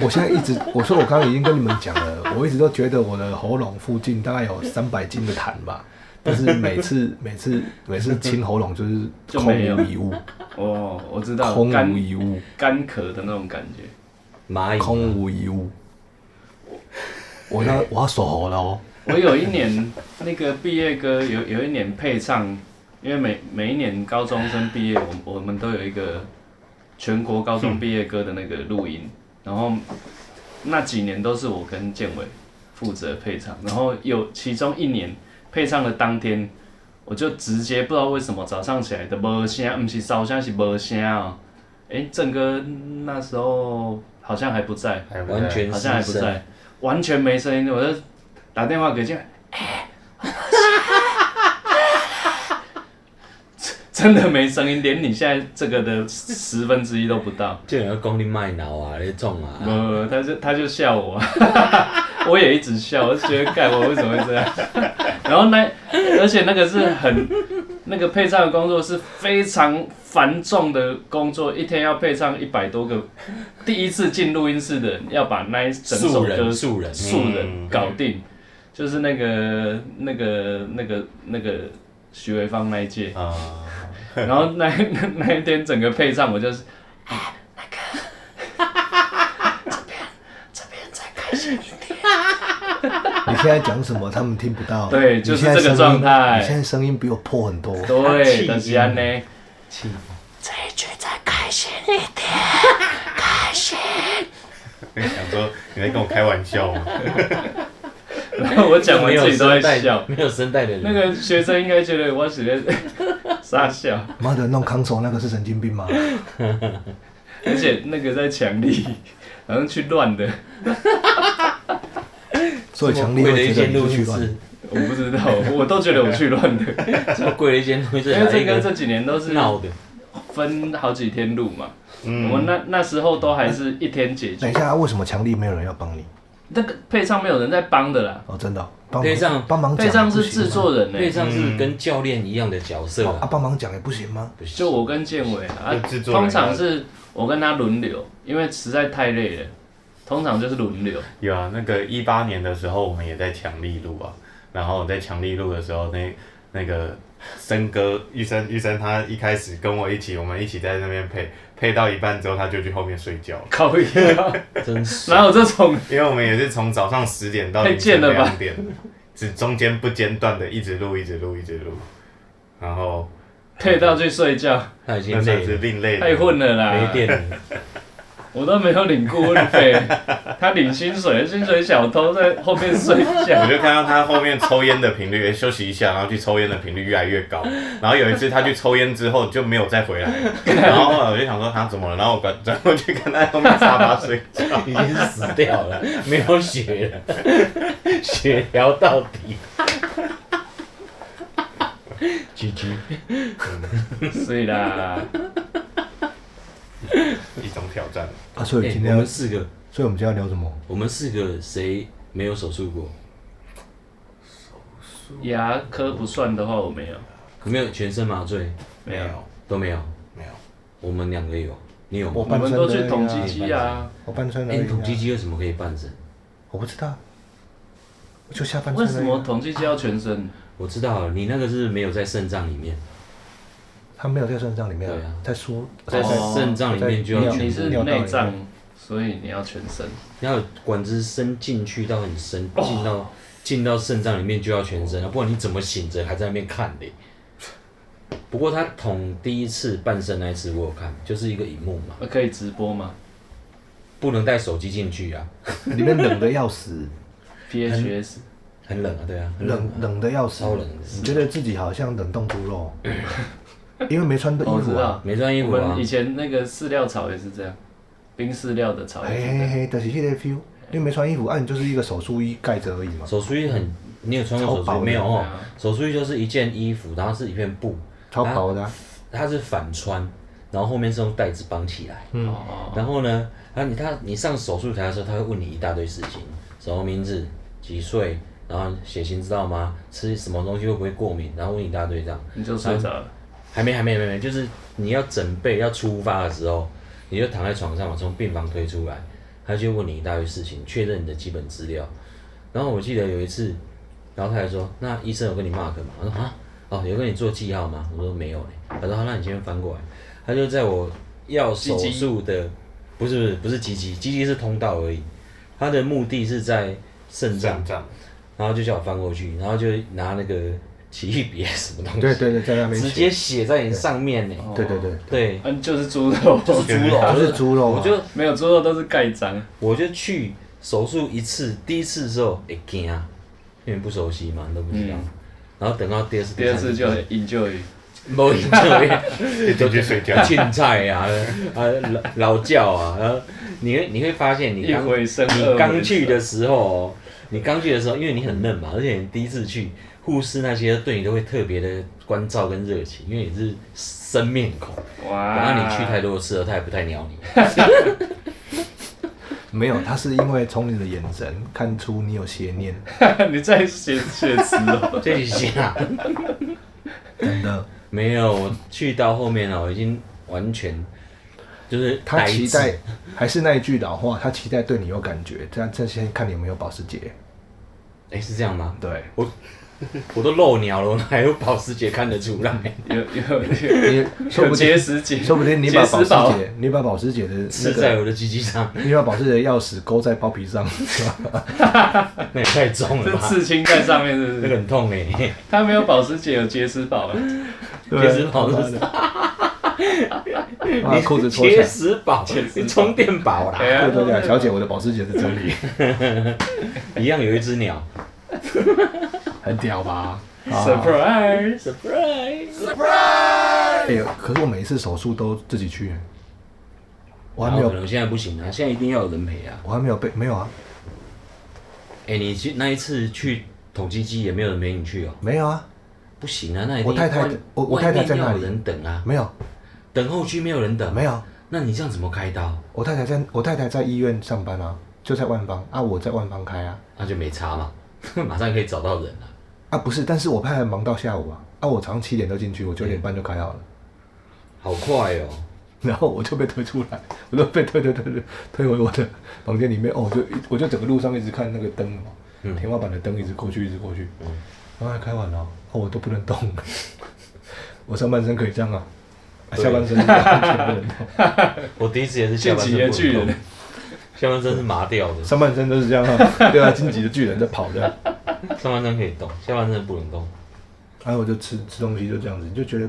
Speaker 2: 我现在一直，我说我刚刚已经跟你们讲了，我一直都觉得我的喉咙附近大概有三百斤的痰吧，但是每次每次每次清喉咙就是
Speaker 1: 就
Speaker 2: 空
Speaker 1: 没有
Speaker 2: 无一物，
Speaker 1: 哦，我知道，
Speaker 2: 空
Speaker 1: 干
Speaker 2: 无一物，
Speaker 1: 干咳的那种感觉。
Speaker 3: 蚂蚁啊
Speaker 2: 空无一物。我要我要锁喉了哦，
Speaker 1: 我有一年那个毕业歌有有一年配唱，因为每每一年高中生毕业，我我们都有一个全国高中毕业歌的那个录音，然后那几年都是我跟建伟负责配唱，然后有其中一年配唱的当天，我就直接不知道为什么早上起来的无声，不是烧声是无声哦，诶，郑哥那时候好像还不在，
Speaker 4: 还有没有
Speaker 3: 完全
Speaker 1: 好像还
Speaker 3: 失
Speaker 1: 不
Speaker 3: 声，
Speaker 1: 在，完全没声音。我就打电话给进来，哎 真的没声音，连你现在这个的十分之一都不到。嗯
Speaker 3: 就有人讲你卖脑啊，你中啊，
Speaker 1: 呃，他就他就笑我， 我也一直笑，我就觉得盖我为什么会这样？ 然后那而且那个是很那个配唱的工作是非常繁重的工作，一天要配唱一百多个。第一次进录音室的人要把那一整首
Speaker 3: 素
Speaker 1: 歌
Speaker 3: 人素人，
Speaker 1: 素人搞
Speaker 3: 嗯
Speaker 1: 定，就是那个那个那个那个许维芳那一届，
Speaker 3: 啊，
Speaker 1: 然后那 那那一天整个配唱，我就是，
Speaker 2: 你现在讲什么他们听不到，
Speaker 1: 对
Speaker 2: 你
Speaker 1: 就是
Speaker 2: 现在
Speaker 1: 这个
Speaker 2: 声
Speaker 1: 状
Speaker 2: 音
Speaker 1: 态
Speaker 2: 你现在声音比我破很多，
Speaker 1: 对，的是安呢，
Speaker 3: 嗯
Speaker 5: 这一局再开心一点，开心。
Speaker 4: 想说你在跟我开玩笑吗？
Speaker 1: 然后我讲完
Speaker 3: 没有
Speaker 1: 自己都在
Speaker 3: 声带
Speaker 1: 笑，
Speaker 3: 没有声带的人，
Speaker 1: 那个学生应该觉得我是在傻笑，
Speaker 2: 妈的，弄康手那个是神经病吗？
Speaker 1: 而且那个在强力，好像去乱的，
Speaker 2: 所以强烈
Speaker 3: 贵的
Speaker 2: 会
Speaker 3: 一
Speaker 2: 觉得
Speaker 3: 间
Speaker 2: 你
Speaker 3: 录
Speaker 2: 是去
Speaker 3: 音
Speaker 2: 乱
Speaker 3: 室，
Speaker 1: 我不知道，我都觉得我去乱的，
Speaker 3: 这么贵的一间录音室，
Speaker 1: 因为
Speaker 3: 还有
Speaker 1: 哎这
Speaker 3: 啊一
Speaker 1: 个
Speaker 3: 个
Speaker 1: 这几年都是
Speaker 3: 闹的，
Speaker 1: 分好几天录嘛，
Speaker 4: 嗯
Speaker 1: 我们那那时候都还是一天解
Speaker 2: 等
Speaker 1: 决
Speaker 2: 一，下，为什么强力没有人要帮你？
Speaker 1: 那个配上没有人在帮的啦，
Speaker 2: 哦，真的哦，帮
Speaker 3: 配
Speaker 2: 忙
Speaker 3: 上
Speaker 2: 帮忙讲
Speaker 1: 配上是
Speaker 2: 不行吗
Speaker 1: 制作人呢、欸
Speaker 3: 配上
Speaker 1: 嗯
Speaker 3: 是跟教练一样的角色
Speaker 2: 哦啊，
Speaker 3: 啊，
Speaker 2: 帮忙讲也不行吗？
Speaker 3: 不是
Speaker 1: 就我跟建伟啊，
Speaker 4: 就制作人
Speaker 1: 通常是我跟他轮流，因为实在太累了，通常就是轮流。
Speaker 4: 有啊，那个一八年的时候，我们也在强力路啊。然后我在强力路的时候，那那个森哥玉生玉生，他一开始跟我一起，我们一起在那边配配到一半之后，他就去后面睡觉了。
Speaker 1: 靠腰，
Speaker 3: 真是
Speaker 1: 哪有这种？
Speaker 4: 因为我们也是从早上十点到
Speaker 1: 太
Speaker 4: 凌
Speaker 1: 贱
Speaker 4: 晨
Speaker 1: 了吧
Speaker 4: 两点，只中间不间断的一直录，一直录，一直录。然后
Speaker 1: 配到去睡觉，
Speaker 3: 他已经
Speaker 4: 那算
Speaker 3: 累
Speaker 4: 是
Speaker 3: 了，
Speaker 4: 另类的，
Speaker 1: 太混了
Speaker 3: 没
Speaker 1: 啦！
Speaker 3: 电了，
Speaker 1: 我都没有领顾问费，他领薪水，薪水小偷在后面睡
Speaker 4: 我
Speaker 1: 觉。
Speaker 4: 就看到他后面抽烟的频率、诶休息一下，然后去抽烟的频率越来越高。然后有一次他去抽烟之后就没有再回来了，然后后来我就想说他怎么了，然后我转转过去看他在后面沙发睡觉。
Speaker 3: 已经死掉 了，没有血了，血聊到底。GG，
Speaker 1: 所以啦，
Speaker 4: 一种挑战，
Speaker 2: 啊，所以
Speaker 3: 欸
Speaker 2: 今
Speaker 3: 我
Speaker 2: 天要
Speaker 3: 们，四个，
Speaker 2: 所以我们今天要聊什么？
Speaker 3: 我们四个谁没有手术过？
Speaker 1: 牙科不算的话，我没有，
Speaker 3: 没有全身麻醉
Speaker 1: 没有，
Speaker 3: 都没有，
Speaker 4: 没有，
Speaker 3: 我们两个有，你有
Speaker 1: 我
Speaker 2: 我
Speaker 3: 吗？
Speaker 2: 半
Speaker 1: 们
Speaker 2: 身
Speaker 1: 都
Speaker 2: 而
Speaker 1: 去
Speaker 2: 已
Speaker 1: 捅
Speaker 2: 啊
Speaker 1: 鸡鸡啊。
Speaker 2: 我半身而
Speaker 3: 哎，
Speaker 2: 已
Speaker 3: 你捅
Speaker 2: 啊
Speaker 3: 鸡，鸡为什么可以半身？
Speaker 2: 我不知道，我就下半身
Speaker 1: 为
Speaker 2: 而已啊。
Speaker 1: 什么捅鸡鸡要全身？
Speaker 3: 我知道了，你那个是没有在肾脏里面，
Speaker 2: 他没有在肾脏里面
Speaker 3: 对啊，
Speaker 2: 在输
Speaker 3: 在
Speaker 1: 哦
Speaker 3: 肾脏里面就要
Speaker 2: 在
Speaker 3: 全
Speaker 1: 你
Speaker 3: 身
Speaker 1: 是
Speaker 2: 尿道
Speaker 1: 内
Speaker 2: 炎
Speaker 1: 脏，所以你要全身。
Speaker 3: 要管子伸进去到很深，
Speaker 1: 哦
Speaker 3: 进到进到肾脏里面就要全身啊，不然你怎么醒着还在那边看嘞？不过他捅第一次半身那一次我有看，就是一个荧幕嘛，
Speaker 1: 呃可以直播吗
Speaker 3: 不能带手机进去啊，
Speaker 2: 里面冷的要死，
Speaker 1: ？PHS
Speaker 3: 很冷啊，对啊，很啊
Speaker 2: 冷冷的要死，
Speaker 3: 超冷的
Speaker 2: 你觉得自己好像冷冻猪 肉，因为没穿的
Speaker 1: 哦
Speaker 2: 衣
Speaker 1: 我知
Speaker 2: 服啊
Speaker 1: 道。
Speaker 3: 没穿衣
Speaker 1: 我
Speaker 3: 服啊
Speaker 1: 们以，前那个饲料草也是这样，冰饲料的草也
Speaker 2: 嘿
Speaker 1: 是这
Speaker 2: 嘿
Speaker 1: 样。
Speaker 2: 嘿，但是现在 feel，因为没穿衣服，啊，你就是一个手术衣盖着而已嘛，
Speaker 3: 手术衣很，你有穿过手
Speaker 2: 超薄
Speaker 3: 术
Speaker 2: 的
Speaker 3: 衣没有？哦
Speaker 1: 对啊，
Speaker 3: 手术衣就是一件衣服，然后是一片布，
Speaker 2: 超薄的啊。
Speaker 3: 它是反穿，然后后面是用带子绑起来。
Speaker 1: 哦，
Speaker 3: 然后呢，啊你他你上手术台的时候，他会问你一大堆事情，什么名字、几岁，然后血型知道吗？吃什么东西会不会过敏，然后问你一大堆这样。
Speaker 1: 你就睡着了。
Speaker 3: 还没还没还没还没，就是你要准备要出发的时候，你就躺在床上嘛，从病房推出来，他就问你一大堆事情，确认你的基本资料。然后我记得有一次，然后他还说：“那医生有跟你 mark 吗？”我说：“啊，哦，有跟你做记号吗？”我说：“没有嘞。”他说：“好，那你先翻过来。”他就在我要手术的，不是不是不是鸡鸡，鸡鸡是通道而已，他的目的是在肾脏
Speaker 4: 战，战，
Speaker 3: 然后就叫我翻过去，然后就拿那个奇异笔还是什么东西，
Speaker 2: 对对对，在那边
Speaker 3: 直
Speaker 2: 写
Speaker 3: 接。写在你上面呢。
Speaker 2: 对对对，
Speaker 3: 对，
Speaker 1: 嗯，就是猪肉，
Speaker 3: 就是猪肉，
Speaker 2: 不
Speaker 3: 我
Speaker 2: 是
Speaker 3: 就
Speaker 2: 猪肉啊，
Speaker 3: 我就
Speaker 1: 没有猪肉都是盖章。
Speaker 3: 我就去手术一次，第一次的时候会惊，因为不熟悉嘛，你都不知道。然后等到第二次，
Speaker 1: 第二次就
Speaker 3: 三
Speaker 1: 很 enjoy。
Speaker 3: 没印象了，
Speaker 4: 就进去睡觉。
Speaker 3: 青菜啊，啊老老教啊，然后你会你会发现你
Speaker 1: 一
Speaker 3: 刚
Speaker 1: 回生，二
Speaker 3: 你
Speaker 1: 回
Speaker 3: 刚去
Speaker 1: 熟
Speaker 3: 的时候哦，你刚去的时候，因为你很嫩嘛，而且你第一次去，护士那些对你都会特别的关照跟热情，因为你是生面孔。
Speaker 1: 哇，
Speaker 3: 然后你去太多次了，他也不太鸟你。
Speaker 2: 没有，他是因为从你的眼神看出你有邪念，
Speaker 1: 你在写写词哦？
Speaker 3: 这几集啊，
Speaker 2: 真的。
Speaker 3: 没有，我去到后面啊，我已经完全就是
Speaker 2: 他期
Speaker 3: 呆滞
Speaker 2: 待还是那一句老话，他期待对你有感觉，这样这先看你有没有保时捷。
Speaker 3: 哎，是这样吗？
Speaker 2: 对，
Speaker 3: 我都漏鸟了，我哪有保时捷看得出来？
Speaker 2: 嗯
Speaker 1: 有有
Speaker 2: 你
Speaker 1: 有
Speaker 2: 说
Speaker 1: 有
Speaker 2: 不
Speaker 1: 结
Speaker 2: 定，
Speaker 1: 石节，
Speaker 2: 说不定你把保
Speaker 1: 结石宝
Speaker 2: 时捷，你把保时捷的那
Speaker 3: 刺在
Speaker 2: 个，
Speaker 3: 我的鸡鸡上，
Speaker 2: 你把保时捷的钥匙勾在包皮上，
Speaker 3: 那也太重了
Speaker 1: 这
Speaker 3: 吧？
Speaker 1: 刺青在上面是不
Speaker 3: 那个
Speaker 1: 是？
Speaker 3: 很痛哎，
Speaker 1: 他没有保时捷，有结石宝啊。
Speaker 3: 结石宝是
Speaker 2: 把裤子脱起
Speaker 3: 结
Speaker 2: 来。
Speaker 3: 石宝
Speaker 1: 结石，宝
Speaker 3: 你充电宝啦，
Speaker 1: 对啊
Speaker 2: 对对对，小姐，我的保时捷在这里，
Speaker 3: 一样有一只鸟。
Speaker 2: 很屌吧？啊，
Speaker 1: 哎，surprise！
Speaker 3: Surprise！
Speaker 2: 哎呦可是我每一次手术都自己去，我还
Speaker 3: 然
Speaker 2: 没
Speaker 3: 后可
Speaker 2: 有，
Speaker 3: 能现在不行啊，现在一定要有人陪啊。
Speaker 2: 我还没有被没有啊，
Speaker 3: 哎，你去那一次去捅鸡鸡也没有人陪你去哦，
Speaker 2: 没有啊，
Speaker 3: 不行啊，那一定
Speaker 2: 我太太
Speaker 3: 外
Speaker 2: 我我太太在那里
Speaker 3: 外面要有人等啊，
Speaker 2: 没有
Speaker 3: 等候区没有人等，
Speaker 2: 没有，
Speaker 3: 那你这样怎么开刀？
Speaker 2: 我太太在我太太在医院上班啊，就在万方啊，我在万方开啊。
Speaker 3: 那就没差嘛， 马上可以找到人了。
Speaker 2: 啊，不是，但是我怕他忙到下午啊，啊，我早上七点就进去，我九点半就开好了，
Speaker 3: 好快哦！
Speaker 2: 然后我就被推出来，我就被推推推推推回我的房间里面，哦，我就一我就整个路上一直看那个灯嘛，
Speaker 3: 嗯
Speaker 2: 天花板的灯一直过去，一直过去，然后还开完了，哦，我都不能动， 我上半身可以这样啊，啊
Speaker 3: 对
Speaker 2: 下半身完全不能动，
Speaker 3: 我第一次也是下
Speaker 1: 进
Speaker 3: 半
Speaker 1: 击的
Speaker 3: 身
Speaker 1: 巨
Speaker 3: 不能
Speaker 1: 人
Speaker 3: 动，，下半身是麻掉的，
Speaker 2: 上半身都是这样啊，对啊，荆棘的巨人在跑的，
Speaker 3: 上半身可以动，下半身不能动。
Speaker 2: 然后我就吃吃东西就这样子，你就觉得，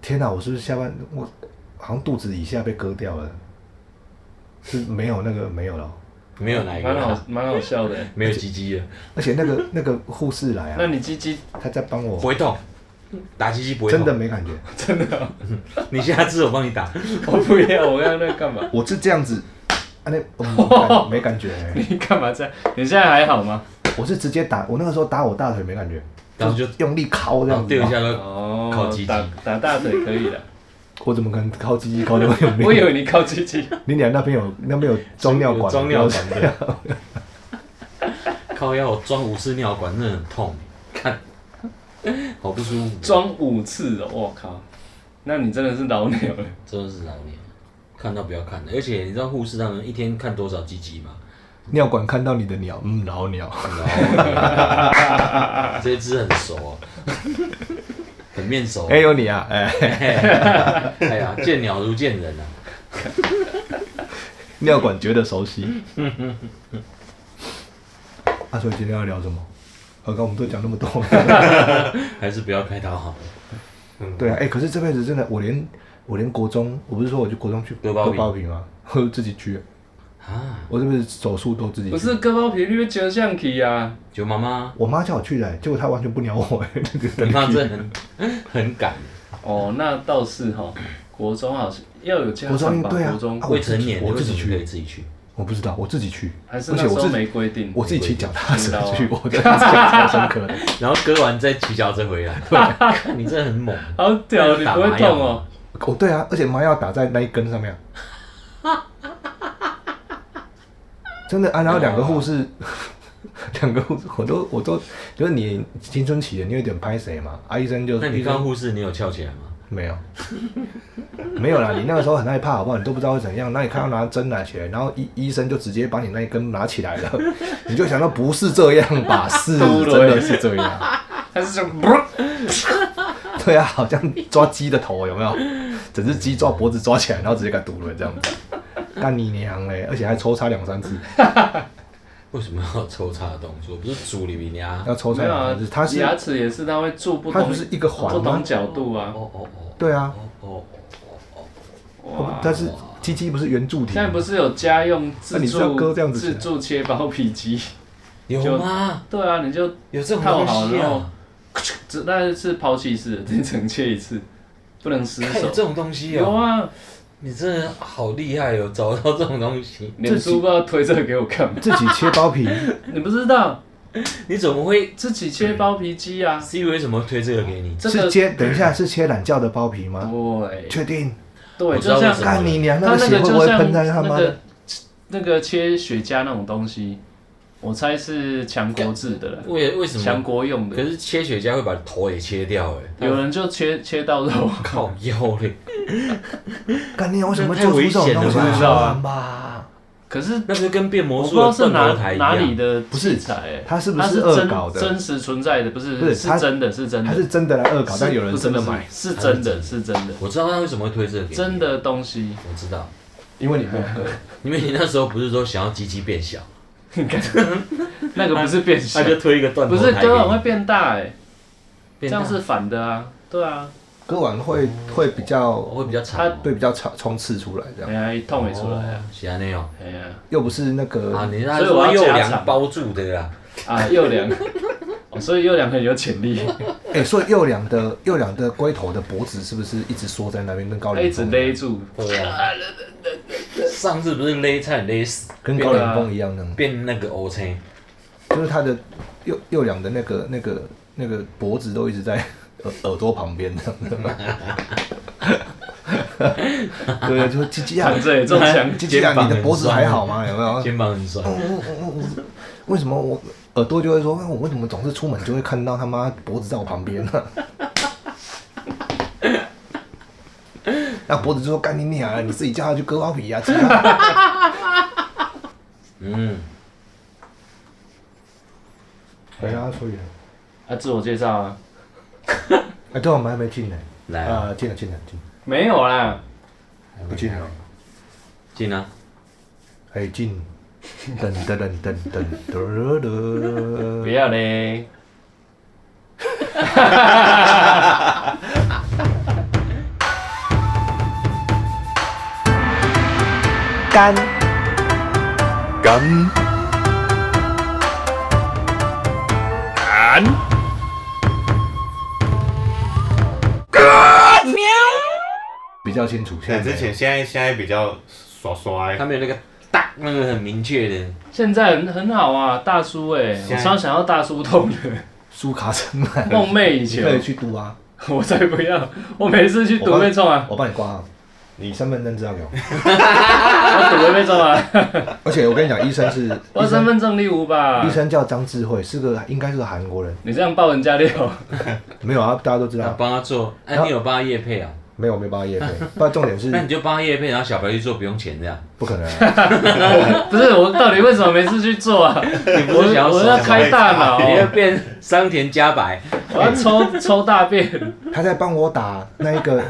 Speaker 2: 天哪，我是不是下半我好像肚子以下被割掉了，是没有那个没有了，
Speaker 3: 没有哪
Speaker 2: 哎
Speaker 3: 一个
Speaker 1: 蛮好
Speaker 3: 啊，
Speaker 1: 蛮好笑的。
Speaker 3: 没有鸡鸡的，
Speaker 2: 而且那个那个护士来
Speaker 1: 那
Speaker 2: 啊，
Speaker 1: 你鸡鸡
Speaker 2: 他在帮
Speaker 3: 不
Speaker 2: 我，
Speaker 3: 会痛，打鸡鸡不会
Speaker 2: 真
Speaker 3: 痛。
Speaker 2: 的没感觉，
Speaker 3: 你下次我帮你打，
Speaker 1: 我不要，我要那干嘛？
Speaker 2: 我是这样子，啊那、嗯没感觉、欸
Speaker 1: 你干嘛这样？你现在还好吗？
Speaker 2: 我是直接打，我那个时候打我大腿没感觉，
Speaker 3: 然后就
Speaker 2: 用力敲这
Speaker 3: 然
Speaker 2: 样
Speaker 3: 后
Speaker 2: 子，
Speaker 3: 丢一下就
Speaker 1: 哦，
Speaker 3: 靠鸡鸡
Speaker 1: 打打大腿可 以的。
Speaker 2: 我怎么可能敲鸡鸡敲那么用力？
Speaker 1: 我以为你靠鸡鸡，
Speaker 2: 你俩那边有那边有装尿管，
Speaker 3: 装尿管的， 靠腰我装五次尿管，真的很痛，看，好不舒服，
Speaker 1: 装五次哦，我靠！那你真的是老鸟 了。
Speaker 3: 真的是老年，看到不要看的，而且你知道护士他们一天看多少鸡鸡 吗？
Speaker 2: 尿管看到你的鸟，嗯，老鸟，
Speaker 3: 哦这一只很熟哦，很面熟。
Speaker 2: 哎、有你啊，哎、
Speaker 3: 哎呀，见鸟如见人啊！
Speaker 2: 尿管觉得熟悉。 啊，所以今天要聊什么？刚刚我们都讲那么 多。
Speaker 3: 还是不要开刀好了。
Speaker 2: 对啊，哎、可是这辈子真的，我连我连国中，我不是说我去国中去
Speaker 3: 割包皮
Speaker 2: 皮吗？ 我自己去，
Speaker 3: 啊，
Speaker 2: 我这辈子手术都自己去。
Speaker 1: 不是，割包皮，你被折橡皮啊！
Speaker 3: 九妈妈，
Speaker 2: 我妈叫我去的、结果她完全不鸟 我、哎，那个
Speaker 3: 你妈真的很很敢，
Speaker 1: 哦，那倒是 哈，国中好像要有家
Speaker 2: 国
Speaker 1: 长
Speaker 2: 中
Speaker 1: 吧？
Speaker 2: 对啊
Speaker 1: 国中
Speaker 2: 啊
Speaker 3: 未成年
Speaker 2: 我
Speaker 3: 你
Speaker 2: 自
Speaker 3: 为
Speaker 2: 己
Speaker 3: 什么可以
Speaker 2: 去，
Speaker 3: 自己去，
Speaker 2: 我不知道，我自己去，
Speaker 1: 还
Speaker 2: 而
Speaker 1: 是那
Speaker 2: 且
Speaker 1: 时
Speaker 2: 我
Speaker 1: 候
Speaker 2: 自己
Speaker 1: 没规定。
Speaker 2: 我自己骑脚踏车
Speaker 1: 没规啊定
Speaker 2: 去，我真的是 超深刻的。
Speaker 3: 然后割完再骑脚车回来。 啊看你真的很猛，
Speaker 1: 好屌，你不会痛 哦。
Speaker 2: 哦，对啊，而且麻药打在那一根上面啊、啊真的啊，然后两个护士， 两个护士，我都我都，就是你青春期的，你有点拍谁嘛？啊，医生就
Speaker 3: 那你
Speaker 2: 医生
Speaker 3: 看护士，你有翘起来吗？
Speaker 2: 没有，没有啦，你那个时候很害怕，好不好？你都不知道会怎样，那你看到拿针拿起来，然后医医生就直接把你那一根拿起来了，你就想到不是这样 吧？是，
Speaker 1: 嘟
Speaker 2: 真
Speaker 1: 了
Speaker 2: 的是这样。
Speaker 1: 它是这 样，
Speaker 2: 对啊，好像抓鸡的头有没有？整只鸡抓脖子抓起来，然后直接给它堵了这样子。干你娘嘞！而且还抽插两三次，
Speaker 3: 为什么要抽插的动作？不是阻你呀？
Speaker 2: 要抽插
Speaker 1: 没有
Speaker 2: 两
Speaker 1: 啊
Speaker 2: 三次。它，是
Speaker 1: 牙齿也是，它会做不
Speaker 2: 它
Speaker 1: 同
Speaker 2: 不，是一个环
Speaker 1: 不同
Speaker 2: 吗？
Speaker 1: 角度啊。
Speaker 3: 哦哦哦
Speaker 2: 对啊，
Speaker 3: 哦哦，
Speaker 2: 哦
Speaker 1: 哇！
Speaker 2: 但是鸡鸡不是圆柱体
Speaker 1: 现
Speaker 2: 吗
Speaker 1: 在不是有家用
Speaker 2: 那
Speaker 1: 自
Speaker 2: 你是要割
Speaker 1: 助
Speaker 2: 这样子起
Speaker 1: 自
Speaker 2: 来
Speaker 1: 助切包皮 机？
Speaker 3: 有吗？
Speaker 1: 对啊，你就
Speaker 3: 有这种
Speaker 1: 套好
Speaker 3: 东
Speaker 1: 了
Speaker 3: 西
Speaker 1: 然后
Speaker 3: 啊？
Speaker 1: 只那是抛弃式的，只整切一次，不能失
Speaker 3: 看有
Speaker 1: 手。
Speaker 3: 这种东西
Speaker 1: 有
Speaker 3: 哦，
Speaker 1: 啊，
Speaker 3: 你真的好厉害哦，找到这种东西。
Speaker 1: 脸书不知道推这个给我看吗？
Speaker 2: 自己切包皮，
Speaker 1: 你不知道
Speaker 3: 你怎么会
Speaker 1: 自己切包皮机啊？
Speaker 3: ？C 为什么推这个给 你？
Speaker 1: 这
Speaker 2: 是
Speaker 1: 个
Speaker 2: 切等一下是切懒觉的包皮吗？
Speaker 1: 对
Speaker 2: 确定？
Speaker 1: 对，
Speaker 3: 我知道
Speaker 1: 就
Speaker 3: 为
Speaker 1: 像
Speaker 3: 什么
Speaker 1: 它
Speaker 2: 干你娘！那
Speaker 1: 那
Speaker 2: 个
Speaker 1: 个
Speaker 2: 血会不
Speaker 1: 就
Speaker 2: 会
Speaker 1: 像
Speaker 2: 喷在他
Speaker 1: 那
Speaker 2: 妈
Speaker 1: 个
Speaker 2: 的？
Speaker 1: 那个切雪茄那种东西，我猜是强国制的了，
Speaker 3: 为为什
Speaker 1: 强
Speaker 3: 么？
Speaker 1: 国用
Speaker 3: 可
Speaker 1: 的。
Speaker 3: 是切雪茄会把头也切掉哎、
Speaker 1: 有人就切切到肉，
Speaker 3: 靠腰嘞，
Speaker 2: 干你为什么
Speaker 3: 这太
Speaker 2: 做出
Speaker 3: 危
Speaker 2: 这种
Speaker 3: 险了
Speaker 2: 东西？
Speaker 3: 吧
Speaker 2: 玩吧？
Speaker 1: 可是
Speaker 3: 那就跟变魔
Speaker 1: 我不
Speaker 3: 术
Speaker 1: 知道
Speaker 3: 的
Speaker 1: 是
Speaker 3: 断
Speaker 1: 哪
Speaker 3: 头台一
Speaker 1: 哪里
Speaker 3: 样。
Speaker 1: 的
Speaker 2: 不是
Speaker 1: 器材欸，
Speaker 2: 它是不
Speaker 1: 它
Speaker 2: 是
Speaker 1: 是
Speaker 2: 恶
Speaker 1: 真
Speaker 2: 搞的
Speaker 1: 真实存在的，不
Speaker 2: 不
Speaker 1: 是
Speaker 2: 是
Speaker 1: 是
Speaker 2: 它
Speaker 1: 真的，是真
Speaker 2: 他
Speaker 1: 的
Speaker 2: 是，真的来恶搞，
Speaker 1: 是
Speaker 2: 但有人
Speaker 1: 不是
Speaker 2: 真的
Speaker 1: 不是
Speaker 2: 买，
Speaker 1: 是真的，是真的，
Speaker 3: 我知道他为什么会推这个给你
Speaker 1: 真，的东西。
Speaker 3: 我知道，
Speaker 2: 因为你没有喝。
Speaker 3: 因为你那时候不是说想要鸡鸡变小，
Speaker 1: 那个不是变小
Speaker 3: 他，啊就推一个断头
Speaker 1: 不
Speaker 3: 台
Speaker 1: 是
Speaker 3: 给你，
Speaker 1: 割腕会变大哎，这
Speaker 3: 变大
Speaker 1: 样是反的啊，对啊，
Speaker 2: 割完会会比较
Speaker 3: 会比较长
Speaker 1: 它
Speaker 3: 哦，
Speaker 2: 对比较冲冲刺出来这
Speaker 1: 哎
Speaker 2: 样，
Speaker 1: 呀，一痛也出来啊，
Speaker 3: 喜欢那样
Speaker 1: 哎呀，
Speaker 2: 又不是那个
Speaker 3: 啊，你那
Speaker 1: 所以我要
Speaker 3: 是右
Speaker 1: 加
Speaker 3: 梁
Speaker 1: 长
Speaker 3: 包住的啦，
Speaker 1: 啊，右梁，哦所以右梁很有潜力，
Speaker 2: 哎、所以右两的右两的龟头的脖子是不是一直缩在那边，跟高
Speaker 1: 它一
Speaker 2: 凌
Speaker 1: 直
Speaker 2: 风
Speaker 1: 勒住，
Speaker 3: 对啊，上次不是勒差点勒死，
Speaker 2: 跟高凌风一样那种，
Speaker 3: 变啊那个 O C，
Speaker 2: 就是他的右右两的那个那个那个脖子都一直在 耳耳朵旁边这样的。 对，就鸡鸡啊
Speaker 1: 躺，着也中枪，
Speaker 2: 鸡鸡
Speaker 3: 肩膀
Speaker 2: 啊，你的脖子
Speaker 3: 很酸
Speaker 2: 还好吗？有没有？
Speaker 3: 肩膀很酸，
Speaker 2: 为什么我耳朵就会说，哎我为什么总是出门就会看到他妈脖子在我旁边呢、那脖子就说干你娘啊！你自己叫他去割包皮啊！鸡啊
Speaker 3: 嗯，
Speaker 2: 回答出去了。
Speaker 1: 啊，自我介绍啊，
Speaker 2: 哎、对，我们还没进呢。
Speaker 3: 来啊，
Speaker 2: 啊，进了，进了，进了，
Speaker 1: 没有啦，
Speaker 2: 不进了。
Speaker 3: 进啊，
Speaker 2: 哎，进。噔噔噔噔噔噔
Speaker 1: 不
Speaker 2: 噔。
Speaker 1: 要嘞，
Speaker 2: 干
Speaker 4: 干
Speaker 2: 比较清楚，现
Speaker 4: 对，
Speaker 2: 在
Speaker 4: 之前现在现在比较耍耍欸
Speaker 3: 他没有那个大那个很明确的，
Speaker 1: 现在很很好啊，大叔哎、
Speaker 4: 现
Speaker 1: 我
Speaker 4: 在
Speaker 1: 超想要大叔痛的，
Speaker 2: 苏卡森曼
Speaker 1: 梦寐以
Speaker 2: 你可
Speaker 1: 求，
Speaker 2: 以去读啊，
Speaker 1: 我才不要，我每次去
Speaker 2: 我
Speaker 1: 赌
Speaker 2: 帮
Speaker 1: 被中啊，
Speaker 2: 我帮你挂号，你身份证资料给我。
Speaker 1: 我赌了被中 啊，
Speaker 2: 而且我跟你讲，医生 是
Speaker 1: 我
Speaker 2: 医
Speaker 1: 身
Speaker 2: 生
Speaker 1: 份证例无吧
Speaker 2: 医，生叫张智慧，是个应该是个韩国人。
Speaker 1: 你这样爆人家料，
Speaker 2: 没有啊，大家都知
Speaker 3: 他
Speaker 2: 道，
Speaker 3: 帮他做，哎，你有帮他夜配啊？
Speaker 2: 没有没有帮他叶配。不然重点是
Speaker 3: 那你就帮他夜配，然后小白去做不用钱这样，
Speaker 2: 不可能、啊，
Speaker 1: 不是我到底为什么每次去做啊？
Speaker 3: 你不
Speaker 1: 我
Speaker 3: 是想要
Speaker 1: 我要
Speaker 3: 什么？
Speaker 1: 开大脑，
Speaker 3: 你要变桑田加白，
Speaker 1: 我要抽抽大 便，
Speaker 2: 他在帮我打那一个，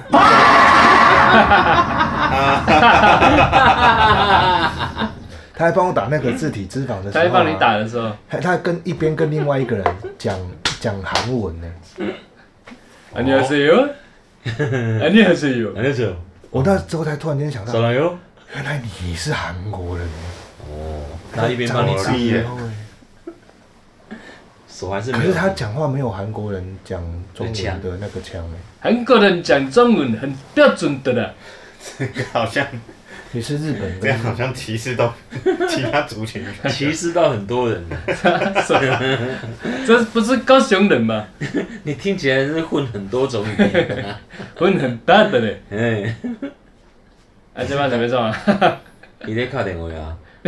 Speaker 2: 他在帮我打那个自体脂肪的时候、
Speaker 1: 才
Speaker 2: 啊，
Speaker 1: 会帮你打的时
Speaker 3: 哦
Speaker 1: 候，
Speaker 2: 他，他跟一边跟另外一个人讲讲韩文呢、
Speaker 1: 안녕하세 요안녕하세요
Speaker 3: 那就
Speaker 2: 我那时候才突然间想到，
Speaker 3: 了哟。
Speaker 2: 原来你是韩国人、
Speaker 3: 哦，他一边帮你
Speaker 4: 长
Speaker 3: 打
Speaker 4: 得，耶
Speaker 3: 手还是
Speaker 2: 哎可
Speaker 3: 没
Speaker 2: 是
Speaker 3: 有。
Speaker 2: 他讲话没有韩国人讲中文的那个腔哎、
Speaker 1: 韩国人讲中文很标准的啦，
Speaker 4: 好像
Speaker 2: 你是日本
Speaker 4: 这样
Speaker 2: 人，
Speaker 4: 好像歧视到 其他族群。
Speaker 3: 歧视到很多人，
Speaker 1: 这不是高雄人吗？
Speaker 3: 你听起来是混很多种语言啊。
Speaker 1: 混很大的嘞，
Speaker 3: 哎，
Speaker 1: 啊，这帮准备中啊。
Speaker 3: 你在打电话啊？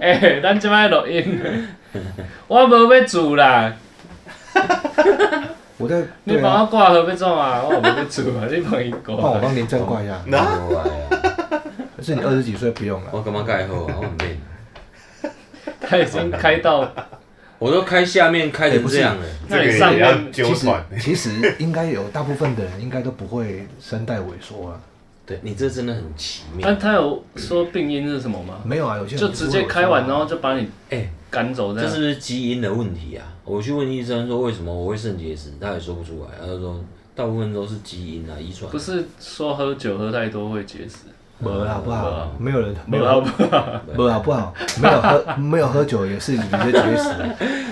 Speaker 1: 诶、哎咱即摆录音，我无要住啦，
Speaker 2: 我在
Speaker 1: 你
Speaker 2: 对
Speaker 1: 帮
Speaker 2: 啊，
Speaker 1: 我挂号要做啊，我无要住啊，你帮伊
Speaker 2: 帮我
Speaker 1: 挂。
Speaker 2: 帮林正挂一下。
Speaker 3: 我啊！
Speaker 2: 可是你二十几岁不用了，
Speaker 3: 我感觉盖好啊，我很累。
Speaker 1: 他已经开到
Speaker 3: 哦我都开下面开成这样了，
Speaker 4: 这
Speaker 1: 那
Speaker 4: 个
Speaker 1: 你上
Speaker 4: 也要
Speaker 1: 面
Speaker 4: 纠
Speaker 2: 其实
Speaker 4: 团，
Speaker 2: 其实应该有大部分的人应该都不会声带萎缩啊。
Speaker 3: 对你这真的很奇妙
Speaker 1: 但。他有说病因是什么吗？
Speaker 2: 没有啊，有些人
Speaker 1: 就直接开完，然后就把你
Speaker 3: 哎，
Speaker 1: 赶走这
Speaker 3: 这
Speaker 1: 样。
Speaker 3: 是不是基因的问题啊？我去问医生说为什么我会肾结石，他也说不出来，他就说大部分都是基因啊，遗传
Speaker 1: 不。是说喝酒喝太多会结石？
Speaker 2: 没有啦不好，没有人
Speaker 1: 没有好不好？
Speaker 2: 没有啦不好，没有喝没有喝酒也是你的结石，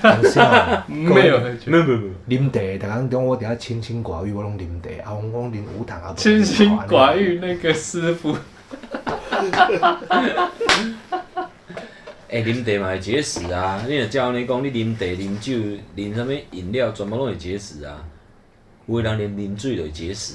Speaker 2: 讲笑啊。
Speaker 1: 没有喝酒。
Speaker 3: 没有没有没有，
Speaker 2: 啉茶，逐工中我伫遐清心寡欲，我拢啉茶，啊，我拢啉无糖啊。
Speaker 1: 清心寡欲那个师傅，
Speaker 3: 哎，啉茶嘛会结石啊！你若照安尼讲，你啉茶、啉酒、啉啥物饮料，全部拢会结石啊。有的人连啉水都会结石，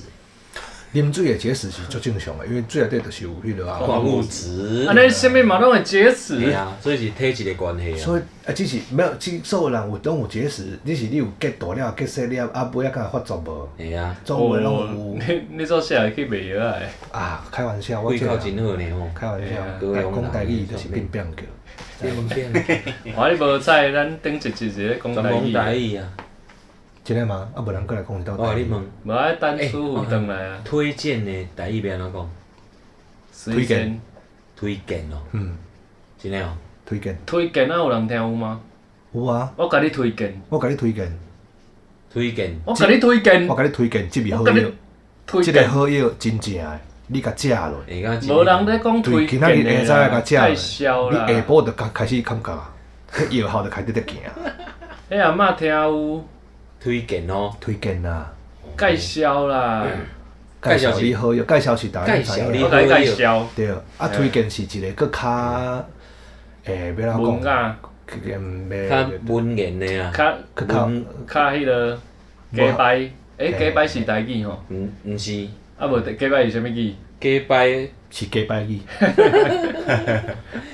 Speaker 2: 啉水的结石是足正常的，因为水内底就是有迄落啊
Speaker 3: 矿物质
Speaker 1: 啊，，那下面马上会结石
Speaker 3: 对，嗯啊，所以是体质的关系啊。
Speaker 2: 所以啊，只是没有，只所有人有拢有结石，你是你有结大了、结细了，啊，尾啊，敢有发作无？
Speaker 3: 哎呀，
Speaker 2: 总有的拢有
Speaker 1: 哦你你做下来去卖药啊？
Speaker 2: 啊，开玩笑，我
Speaker 3: 胃
Speaker 2: 这
Speaker 3: 口
Speaker 2: 个
Speaker 3: 真好呢吼，
Speaker 2: 开玩笑，
Speaker 1: 哎
Speaker 3: 各位
Speaker 2: 讲台语就是变变叫。
Speaker 3: 变变，
Speaker 1: 我你无在，咱顶一集是咧讲
Speaker 3: 全
Speaker 1: 台
Speaker 3: 讲台
Speaker 1: 语，
Speaker 3: 语啊。
Speaker 2: 真的吗？啊，无人过来讲一道
Speaker 3: 我甲
Speaker 2: 台
Speaker 3: 哦你
Speaker 2: 语。
Speaker 3: 问，
Speaker 1: 无爱等舒服转来啊，
Speaker 3: 推荐的台语要安怎讲？
Speaker 1: 推荐
Speaker 3: 推荐哦，
Speaker 2: 嗯，
Speaker 3: 真的哦，
Speaker 2: 推荐
Speaker 1: 推荐啊，有人听有吗？
Speaker 2: 有啊，
Speaker 1: 我甲你推荐，
Speaker 2: 我甲你推荐，
Speaker 3: 推荐
Speaker 1: 我甲你推荐
Speaker 2: 我，甲你推荐即哦味好
Speaker 1: 我甲你
Speaker 2: 药，
Speaker 1: 推
Speaker 2: 即个
Speaker 1: 荐。
Speaker 2: 好药真正的，你甲食落，
Speaker 3: 会甲
Speaker 1: 无人咧讲推
Speaker 2: 对，今仔日
Speaker 1: 荐的啦，
Speaker 2: 下早甲
Speaker 1: 太
Speaker 2: 食
Speaker 1: 嚣
Speaker 2: 落，你
Speaker 1: 啦！
Speaker 2: 下晡就开开始感觉，迄药效就开始在行，
Speaker 1: 迄哎阿嬷听有
Speaker 3: 推荐哦，
Speaker 2: 推荐啦。
Speaker 1: 介绍啦，
Speaker 2: 介绍你好药，介绍是大家
Speaker 3: 介绍你
Speaker 1: 我
Speaker 3: 好
Speaker 1: 甲你介绍
Speaker 2: 对，啊，推荐是一个佫较诶，要怎么
Speaker 1: 文
Speaker 2: 讲？
Speaker 1: 啊，
Speaker 2: 嗯，
Speaker 3: 较
Speaker 2: 袂
Speaker 3: 文言的啊，
Speaker 1: 较
Speaker 2: 较较
Speaker 3: 文
Speaker 1: 较迄个
Speaker 2: 无
Speaker 1: 假拜，诶，假拜是台语吼，
Speaker 3: 毋毋嗯是
Speaker 1: 啊无假拜是啥物语？
Speaker 3: 假拜，
Speaker 2: 是假拜语，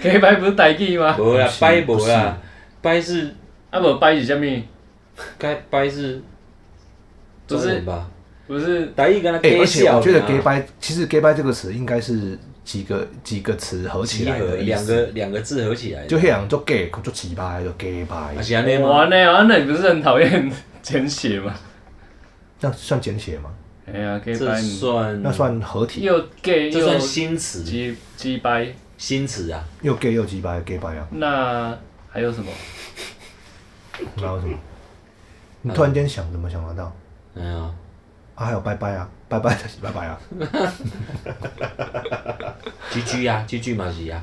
Speaker 1: 假拜不是台语吗？
Speaker 3: 无啦
Speaker 2: 不，是
Speaker 3: 拜无啦，拜是
Speaker 1: 啊无拜是啥物？
Speaker 3: 该拜是
Speaker 1: 不
Speaker 3: 中
Speaker 1: 是
Speaker 3: 文吧？
Speaker 1: 不是
Speaker 3: 台语跟他
Speaker 2: 诶，
Speaker 3: 假
Speaker 2: 欸而且
Speaker 3: 笑，
Speaker 2: 我觉得假拜，其实假拜这个词应该是几个几个词合起
Speaker 3: 集
Speaker 2: 来
Speaker 3: 合
Speaker 2: 的意
Speaker 3: 两
Speaker 2: 思，
Speaker 3: 个两个字合起来的，
Speaker 2: 就迄样做假，做奇拜，就假拜
Speaker 3: 啊，是安尼
Speaker 1: 哇
Speaker 3: 吗？
Speaker 1: 那啊，那你不是很讨厌 简写吗？
Speaker 2: 这样算简写吗？
Speaker 1: 哎呀，假
Speaker 3: 这
Speaker 1: 拜
Speaker 3: 算
Speaker 2: 那算合体，
Speaker 1: 又假
Speaker 3: 这算
Speaker 1: 又
Speaker 3: 新词
Speaker 1: 鸡鸡拜，
Speaker 3: 新词啊，
Speaker 2: 又假又奇拜，假拜啊，
Speaker 1: 那还有什么？
Speaker 2: 然后什
Speaker 3: 嗯
Speaker 2: 么？你突然间想，怎么想得到？
Speaker 3: 哎呀，
Speaker 2: 啊，还有拜拜啊，拜拜 就是拜拜啊，
Speaker 3: 居居啊，居居嘛是啊，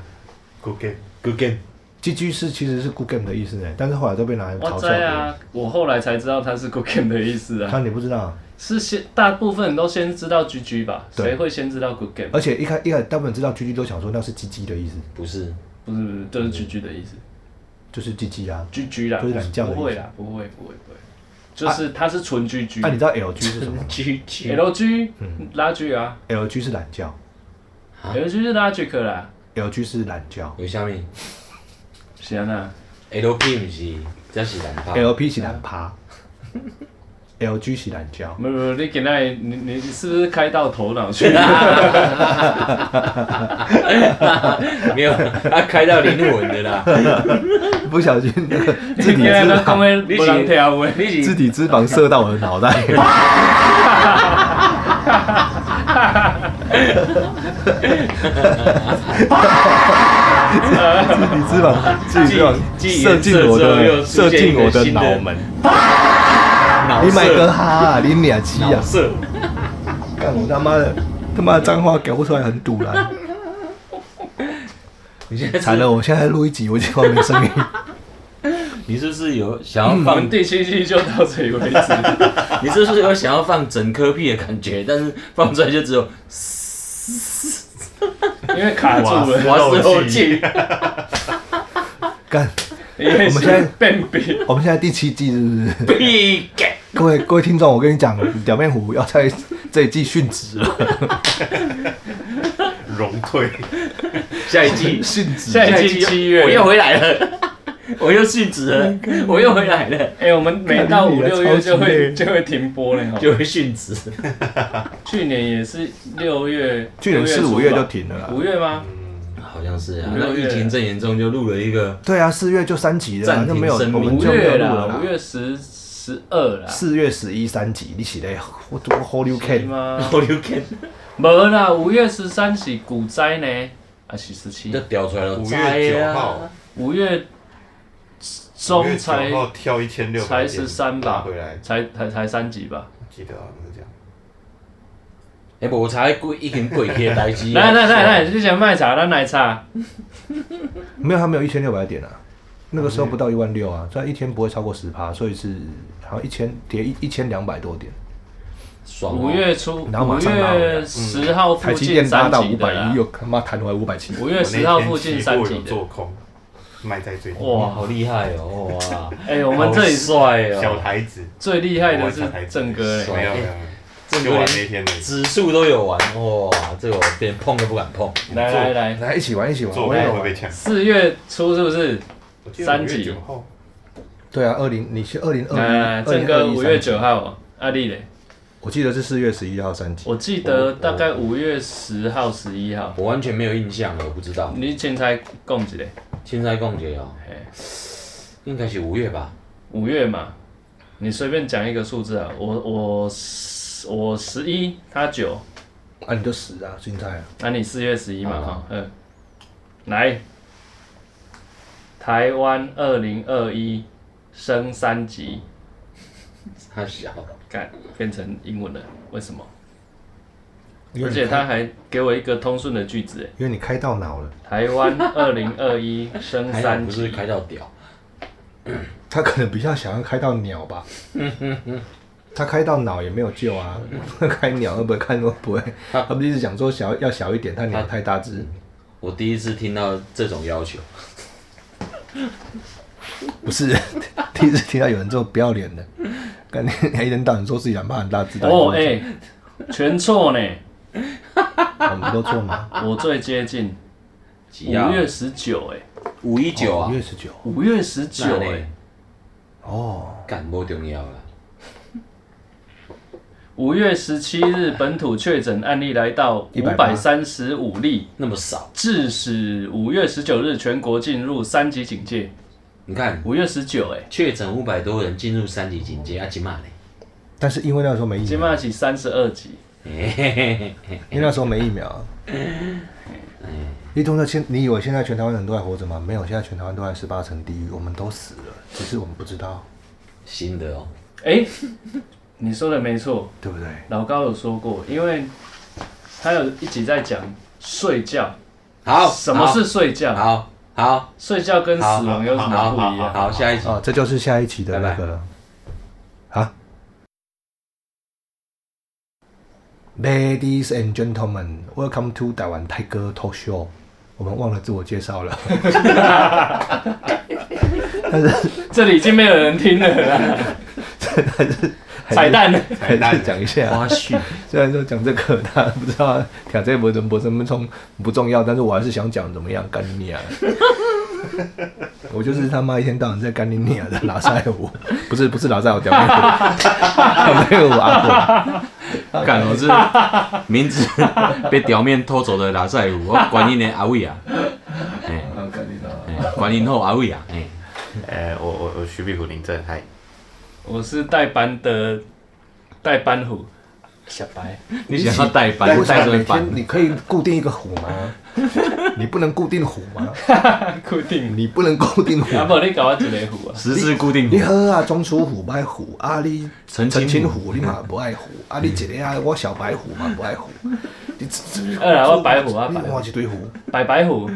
Speaker 4: Good game, good game。
Speaker 2: 这句是其实是 good game 的意思呢，但是后来都被拿来
Speaker 1: 我
Speaker 2: 嘲笑
Speaker 1: 知
Speaker 2: 别人。
Speaker 1: 啊，我后来才知道它是 good game 的意思啊。
Speaker 2: 看你不知道啊，
Speaker 1: 是先大部分人都先知道 GG 吧？
Speaker 2: 对
Speaker 1: 谁会先知道 Good Game？
Speaker 2: 而且一开一开始大部分人知道 GG 都想说那是鸡鸡的意思，
Speaker 3: 不是
Speaker 1: 不是不是，就是 GG 的意思
Speaker 2: 就是鸡鸡啊。
Speaker 1: ，GG 啦，
Speaker 2: 就是懒觉的意思啊
Speaker 1: 不会啦，不会不会不会，就是它是纯 GG。
Speaker 2: 那、啊你知道 LG 是什么吗
Speaker 3: 居居
Speaker 1: LG
Speaker 2: 嗯
Speaker 1: 拉锯啊
Speaker 2: ？LG 是懒觉
Speaker 3: 啊
Speaker 1: ，LG 是 Logic 啦，
Speaker 2: ，LG 是懒觉
Speaker 3: 有啥物
Speaker 1: 是啊呐，
Speaker 3: ？L P 毋是，这是蓝趴。
Speaker 2: ，LP 是懒趴，LG 是懒觉。
Speaker 1: 没有没有，你给那，你你你是不是开到头脑去？啊
Speaker 3: 没有，他开到灵魂的啦。嗯
Speaker 2: 不小 心那个啊字
Speaker 1: 你
Speaker 2: 体
Speaker 1: 给那
Speaker 2: 脂
Speaker 1: 都讲
Speaker 2: 肪，
Speaker 1: 的不能跳位，
Speaker 3: 你
Speaker 2: 字
Speaker 3: 是
Speaker 2: 体脂肪射到我的脑袋。 字体脂肪，字体脂肪
Speaker 3: 记
Speaker 2: 射进我的，
Speaker 3: 记
Speaker 2: 射
Speaker 3: 忆颜色之后又出现
Speaker 2: 进
Speaker 3: 一个
Speaker 2: 我的
Speaker 3: 新的
Speaker 2: 脑门。
Speaker 3: 脑
Speaker 2: 你买个
Speaker 3: 色，
Speaker 2: 哈、啊，你俩鸡啊
Speaker 3: 脑！色，
Speaker 2: 干我他妈的，他妈的脏话讲不出来很堵然。
Speaker 3: 你现在
Speaker 2: 惨了，我现在录一集，我已经快没声音。
Speaker 3: 你是不是有想要
Speaker 1: 我
Speaker 3: 放
Speaker 1: 们？第七期就到这里为止。
Speaker 3: 你是不是有想要放整颗屁的感觉？但是放出来就只有
Speaker 1: 因为卡住
Speaker 4: 哇
Speaker 1: 了，
Speaker 4: 塞
Speaker 3: 滑石漏气。
Speaker 2: 干，
Speaker 1: 因为
Speaker 2: 我们现在
Speaker 1: 是变比
Speaker 2: 我们现在第七季是不是？
Speaker 3: 屁给
Speaker 2: 各位各位听众，我跟你讲，表面虎要在这一季殉职了，
Speaker 4: 融退，
Speaker 3: 下一季，
Speaker 2: 殉职。
Speaker 1: 下一季七月
Speaker 3: 我又回来了，我又殉职了，我又回来了，
Speaker 1: 哎、我们每到
Speaker 2: 看你
Speaker 1: 五
Speaker 2: 的
Speaker 1: 六月就
Speaker 2: 超级累
Speaker 1: 会就会停播了哈。
Speaker 3: 就会殉职。
Speaker 1: 去年也是六月，
Speaker 2: 去年四
Speaker 1: 初吧
Speaker 2: 五月就停了啦嗯
Speaker 1: 五月吗？
Speaker 3: 好像是啊，
Speaker 1: 五
Speaker 3: 那
Speaker 1: 六月
Speaker 3: 疫情正严重，就录了一个
Speaker 2: 对啊，四月就三集了啊，
Speaker 3: 暂
Speaker 2: 就
Speaker 3: 停
Speaker 2: 没有，
Speaker 3: 声明
Speaker 2: 我们
Speaker 1: 五
Speaker 2: 就没有
Speaker 1: 月
Speaker 2: 录了
Speaker 1: 啦，
Speaker 2: 啦
Speaker 1: 五。月十十二啦。
Speaker 2: 四月十一三集，你是嘞？我多 Hold you
Speaker 1: 是
Speaker 2: can，
Speaker 1: 吗？
Speaker 3: 老刘干，
Speaker 1: 无啦，五月十三是股灾呢，还是十七
Speaker 3: 都？掉出来了。
Speaker 4: 五月九号，
Speaker 1: 五月
Speaker 4: 五
Speaker 1: 中
Speaker 4: 月
Speaker 1: 才
Speaker 4: 九号跳一千六
Speaker 1: 才13吧
Speaker 4: 回来
Speaker 1: 才才才三级吧？
Speaker 4: 记得啊，是这样。
Speaker 3: 哎，无查过已经过去的代志。
Speaker 1: 来
Speaker 3: 啊
Speaker 1: 来来来，你想卖茶，咱来茶。
Speaker 2: 没有，他没有一千六百点啊。那个时候不到一万六啊，所以一天不会超过十趴，所以是好像一千跌一一千两百多点。
Speaker 3: 爽哦！
Speaker 1: 五月初，
Speaker 2: 然后
Speaker 1: 五
Speaker 2: 马上拉回来
Speaker 1: 月十号附
Speaker 2: 台积
Speaker 1: 近
Speaker 2: 电拉
Speaker 1: 三
Speaker 2: 到
Speaker 1: 级
Speaker 2: 五
Speaker 1: 的
Speaker 2: 百
Speaker 1: 啦
Speaker 2: 一，。又他妈弹回来五百七。
Speaker 1: 五月十号附近三
Speaker 4: 我那
Speaker 1: 级
Speaker 4: 天
Speaker 1: 的
Speaker 4: 期货有。做空，卖在最低，
Speaker 3: 哇，
Speaker 1: 哇
Speaker 3: 好厉害哦！哇，
Speaker 1: 哎、我们这里
Speaker 3: 好帅
Speaker 4: 小
Speaker 3: 哦，
Speaker 4: 台子
Speaker 1: 最厉害的是正哥、欸，
Speaker 4: 没有没有没有，
Speaker 3: 这
Speaker 4: 就
Speaker 3: 个
Speaker 4: 玩那
Speaker 3: 连
Speaker 4: 一天的，
Speaker 3: 指数都有玩，哇，这个我连碰都不敢碰。
Speaker 1: 来来来，
Speaker 2: 来一起玩一起玩，
Speaker 4: 做
Speaker 2: 我也
Speaker 4: 会
Speaker 2: 有
Speaker 4: 会被
Speaker 2: 玩。
Speaker 4: 抢。
Speaker 1: 四月初是不是？三级
Speaker 4: 九号，
Speaker 2: 对啊，二零你是二零
Speaker 1: 来来
Speaker 2: 二
Speaker 1: 来，
Speaker 2: 二
Speaker 1: 郑
Speaker 2: 零二
Speaker 1: 哥
Speaker 2: 一
Speaker 1: 呃哎五月九，号，阿丽嘞，
Speaker 2: 我记得是四月十一号三级。
Speaker 1: 我记得大概五月十号、十一号，
Speaker 3: 我完全没有印象了，我不知道。
Speaker 1: 你前才供几嘞？
Speaker 3: 现在逛节哦，
Speaker 1: 嘿，
Speaker 3: 应该是五月吧？
Speaker 1: 五月嘛，你随便讲一个数字啊，我我十我十一，他九，
Speaker 2: 啊，你就死啊，现在啊，
Speaker 1: 那你四月十一嘛
Speaker 3: 好
Speaker 1: 哈，嗯，来，台湾二零二一升三级，
Speaker 3: 他小，
Speaker 1: 干变成英文了，为什么？
Speaker 2: 因
Speaker 1: 而
Speaker 2: 为你
Speaker 1: 且他
Speaker 2: 开
Speaker 1: 还给我一个通顺的句子，哎
Speaker 2: 因为你开到脑了，
Speaker 1: 台湾二零二一升
Speaker 3: 还好
Speaker 1: 三
Speaker 3: 不
Speaker 1: 级，
Speaker 3: 是
Speaker 1: 哦
Speaker 3: 开到屌，
Speaker 2: 他可能比较想要开到 鸟吧。他开到脑也没有救啊， 开鸟会不会看都不会，他不是一直讲说小要小一点，他鸟太大只，
Speaker 3: 我第一次听到这种要求。
Speaker 2: 不是 第一次听到有人这么不要脸的，感觉你还一天到晚说自己很怕很大只，
Speaker 1: 哦哎、 全错呢，
Speaker 2: 我们都做吗？
Speaker 1: 我最接 近
Speaker 3: 几
Speaker 1: 五
Speaker 3: 号
Speaker 1: 月十九，哎，
Speaker 3: 五一九啊
Speaker 2: 哦五，月十九，
Speaker 1: 五月十
Speaker 3: 那
Speaker 1: 九，
Speaker 3: 呢
Speaker 1: 哎。
Speaker 2: 哦，
Speaker 3: 干不重要啦。
Speaker 1: 五月十七日，本土确诊案例来到五百三十五例，
Speaker 3: 那么少，
Speaker 1: 致使五月十九日全国进入三级警戒。
Speaker 3: 你看
Speaker 1: 五月十九，哎，
Speaker 3: 确诊五百多人进入三级警戒，啊，起码嘞，
Speaker 2: 但是因为那时候没
Speaker 3: 嗯
Speaker 2: 疫
Speaker 1: 今
Speaker 2: 苗，
Speaker 1: 麦起三十二级，
Speaker 3: 嘿嘿嘿嘿嘿
Speaker 2: 因为那时候没疫苗啊。
Speaker 1: 嗯
Speaker 2: 一通的现，你以为现在全台湾人都还活着吗？没有，现在全台湾都在十八层地狱，我们都死了，只是我们不知道，
Speaker 3: 新的哦，
Speaker 1: 哎，你说的没错，
Speaker 2: 对不对？
Speaker 1: 老高有说过，因为他有一集在讲睡觉，
Speaker 3: 好，
Speaker 1: 什么是睡觉？
Speaker 3: 好好
Speaker 1: 睡觉跟死亡有什么不一
Speaker 3: 好
Speaker 1: 样？
Speaker 3: 好，下一集。
Speaker 2: 哦，这就是下一期的那个了。啊，Ladies and gentlemen, welcome to 台湾泰哥 Talk Show。我们忘了自我介绍了，
Speaker 1: 这里已经没有人听了 啦，彩蛋。
Speaker 2: 还是讲一下。
Speaker 3: 花絮，
Speaker 2: 虽然说讲这个，大家不知道讲这波人博身份重不重要，但是我还是想讲怎么样干你啊！我就是他妈一天到晚在干你娘的拉塞舞，不是不是拉塞舞，屌妹舞，屌妹舞阿
Speaker 3: 干我是名字被表面偷走的拉塞舞，我管你呢阿伟啊，哎，
Speaker 2: 婆，干你娘！
Speaker 3: 哎管你后阿伟啊，哎，
Speaker 4: 哎，我我我徐碧虎林正，嗨，
Speaker 1: 我是代班的代班虎小白。
Speaker 3: 你想要代
Speaker 2: 但
Speaker 3: 班
Speaker 2: 为什
Speaker 3: 带
Speaker 2: 么
Speaker 3: 着
Speaker 2: 每
Speaker 3: 班
Speaker 2: 天，你可以固定一个虎吗？你不能固定虎吗？
Speaker 1: 固定你，
Speaker 2: 你不能固定虎。
Speaker 1: 啊不，你搞我一个虎啊！
Speaker 3: 十字固定
Speaker 2: 你好啊，中出虎不爱虎，啊你
Speaker 3: 澄清虎
Speaker 2: 清虎你嘛不爱虎，啊你一个啊我小白虎嘛不爱虎，你这这
Speaker 1: 二来我白虎啊
Speaker 2: 你
Speaker 1: 白虎
Speaker 2: 换一堆虎。
Speaker 1: 白白虎。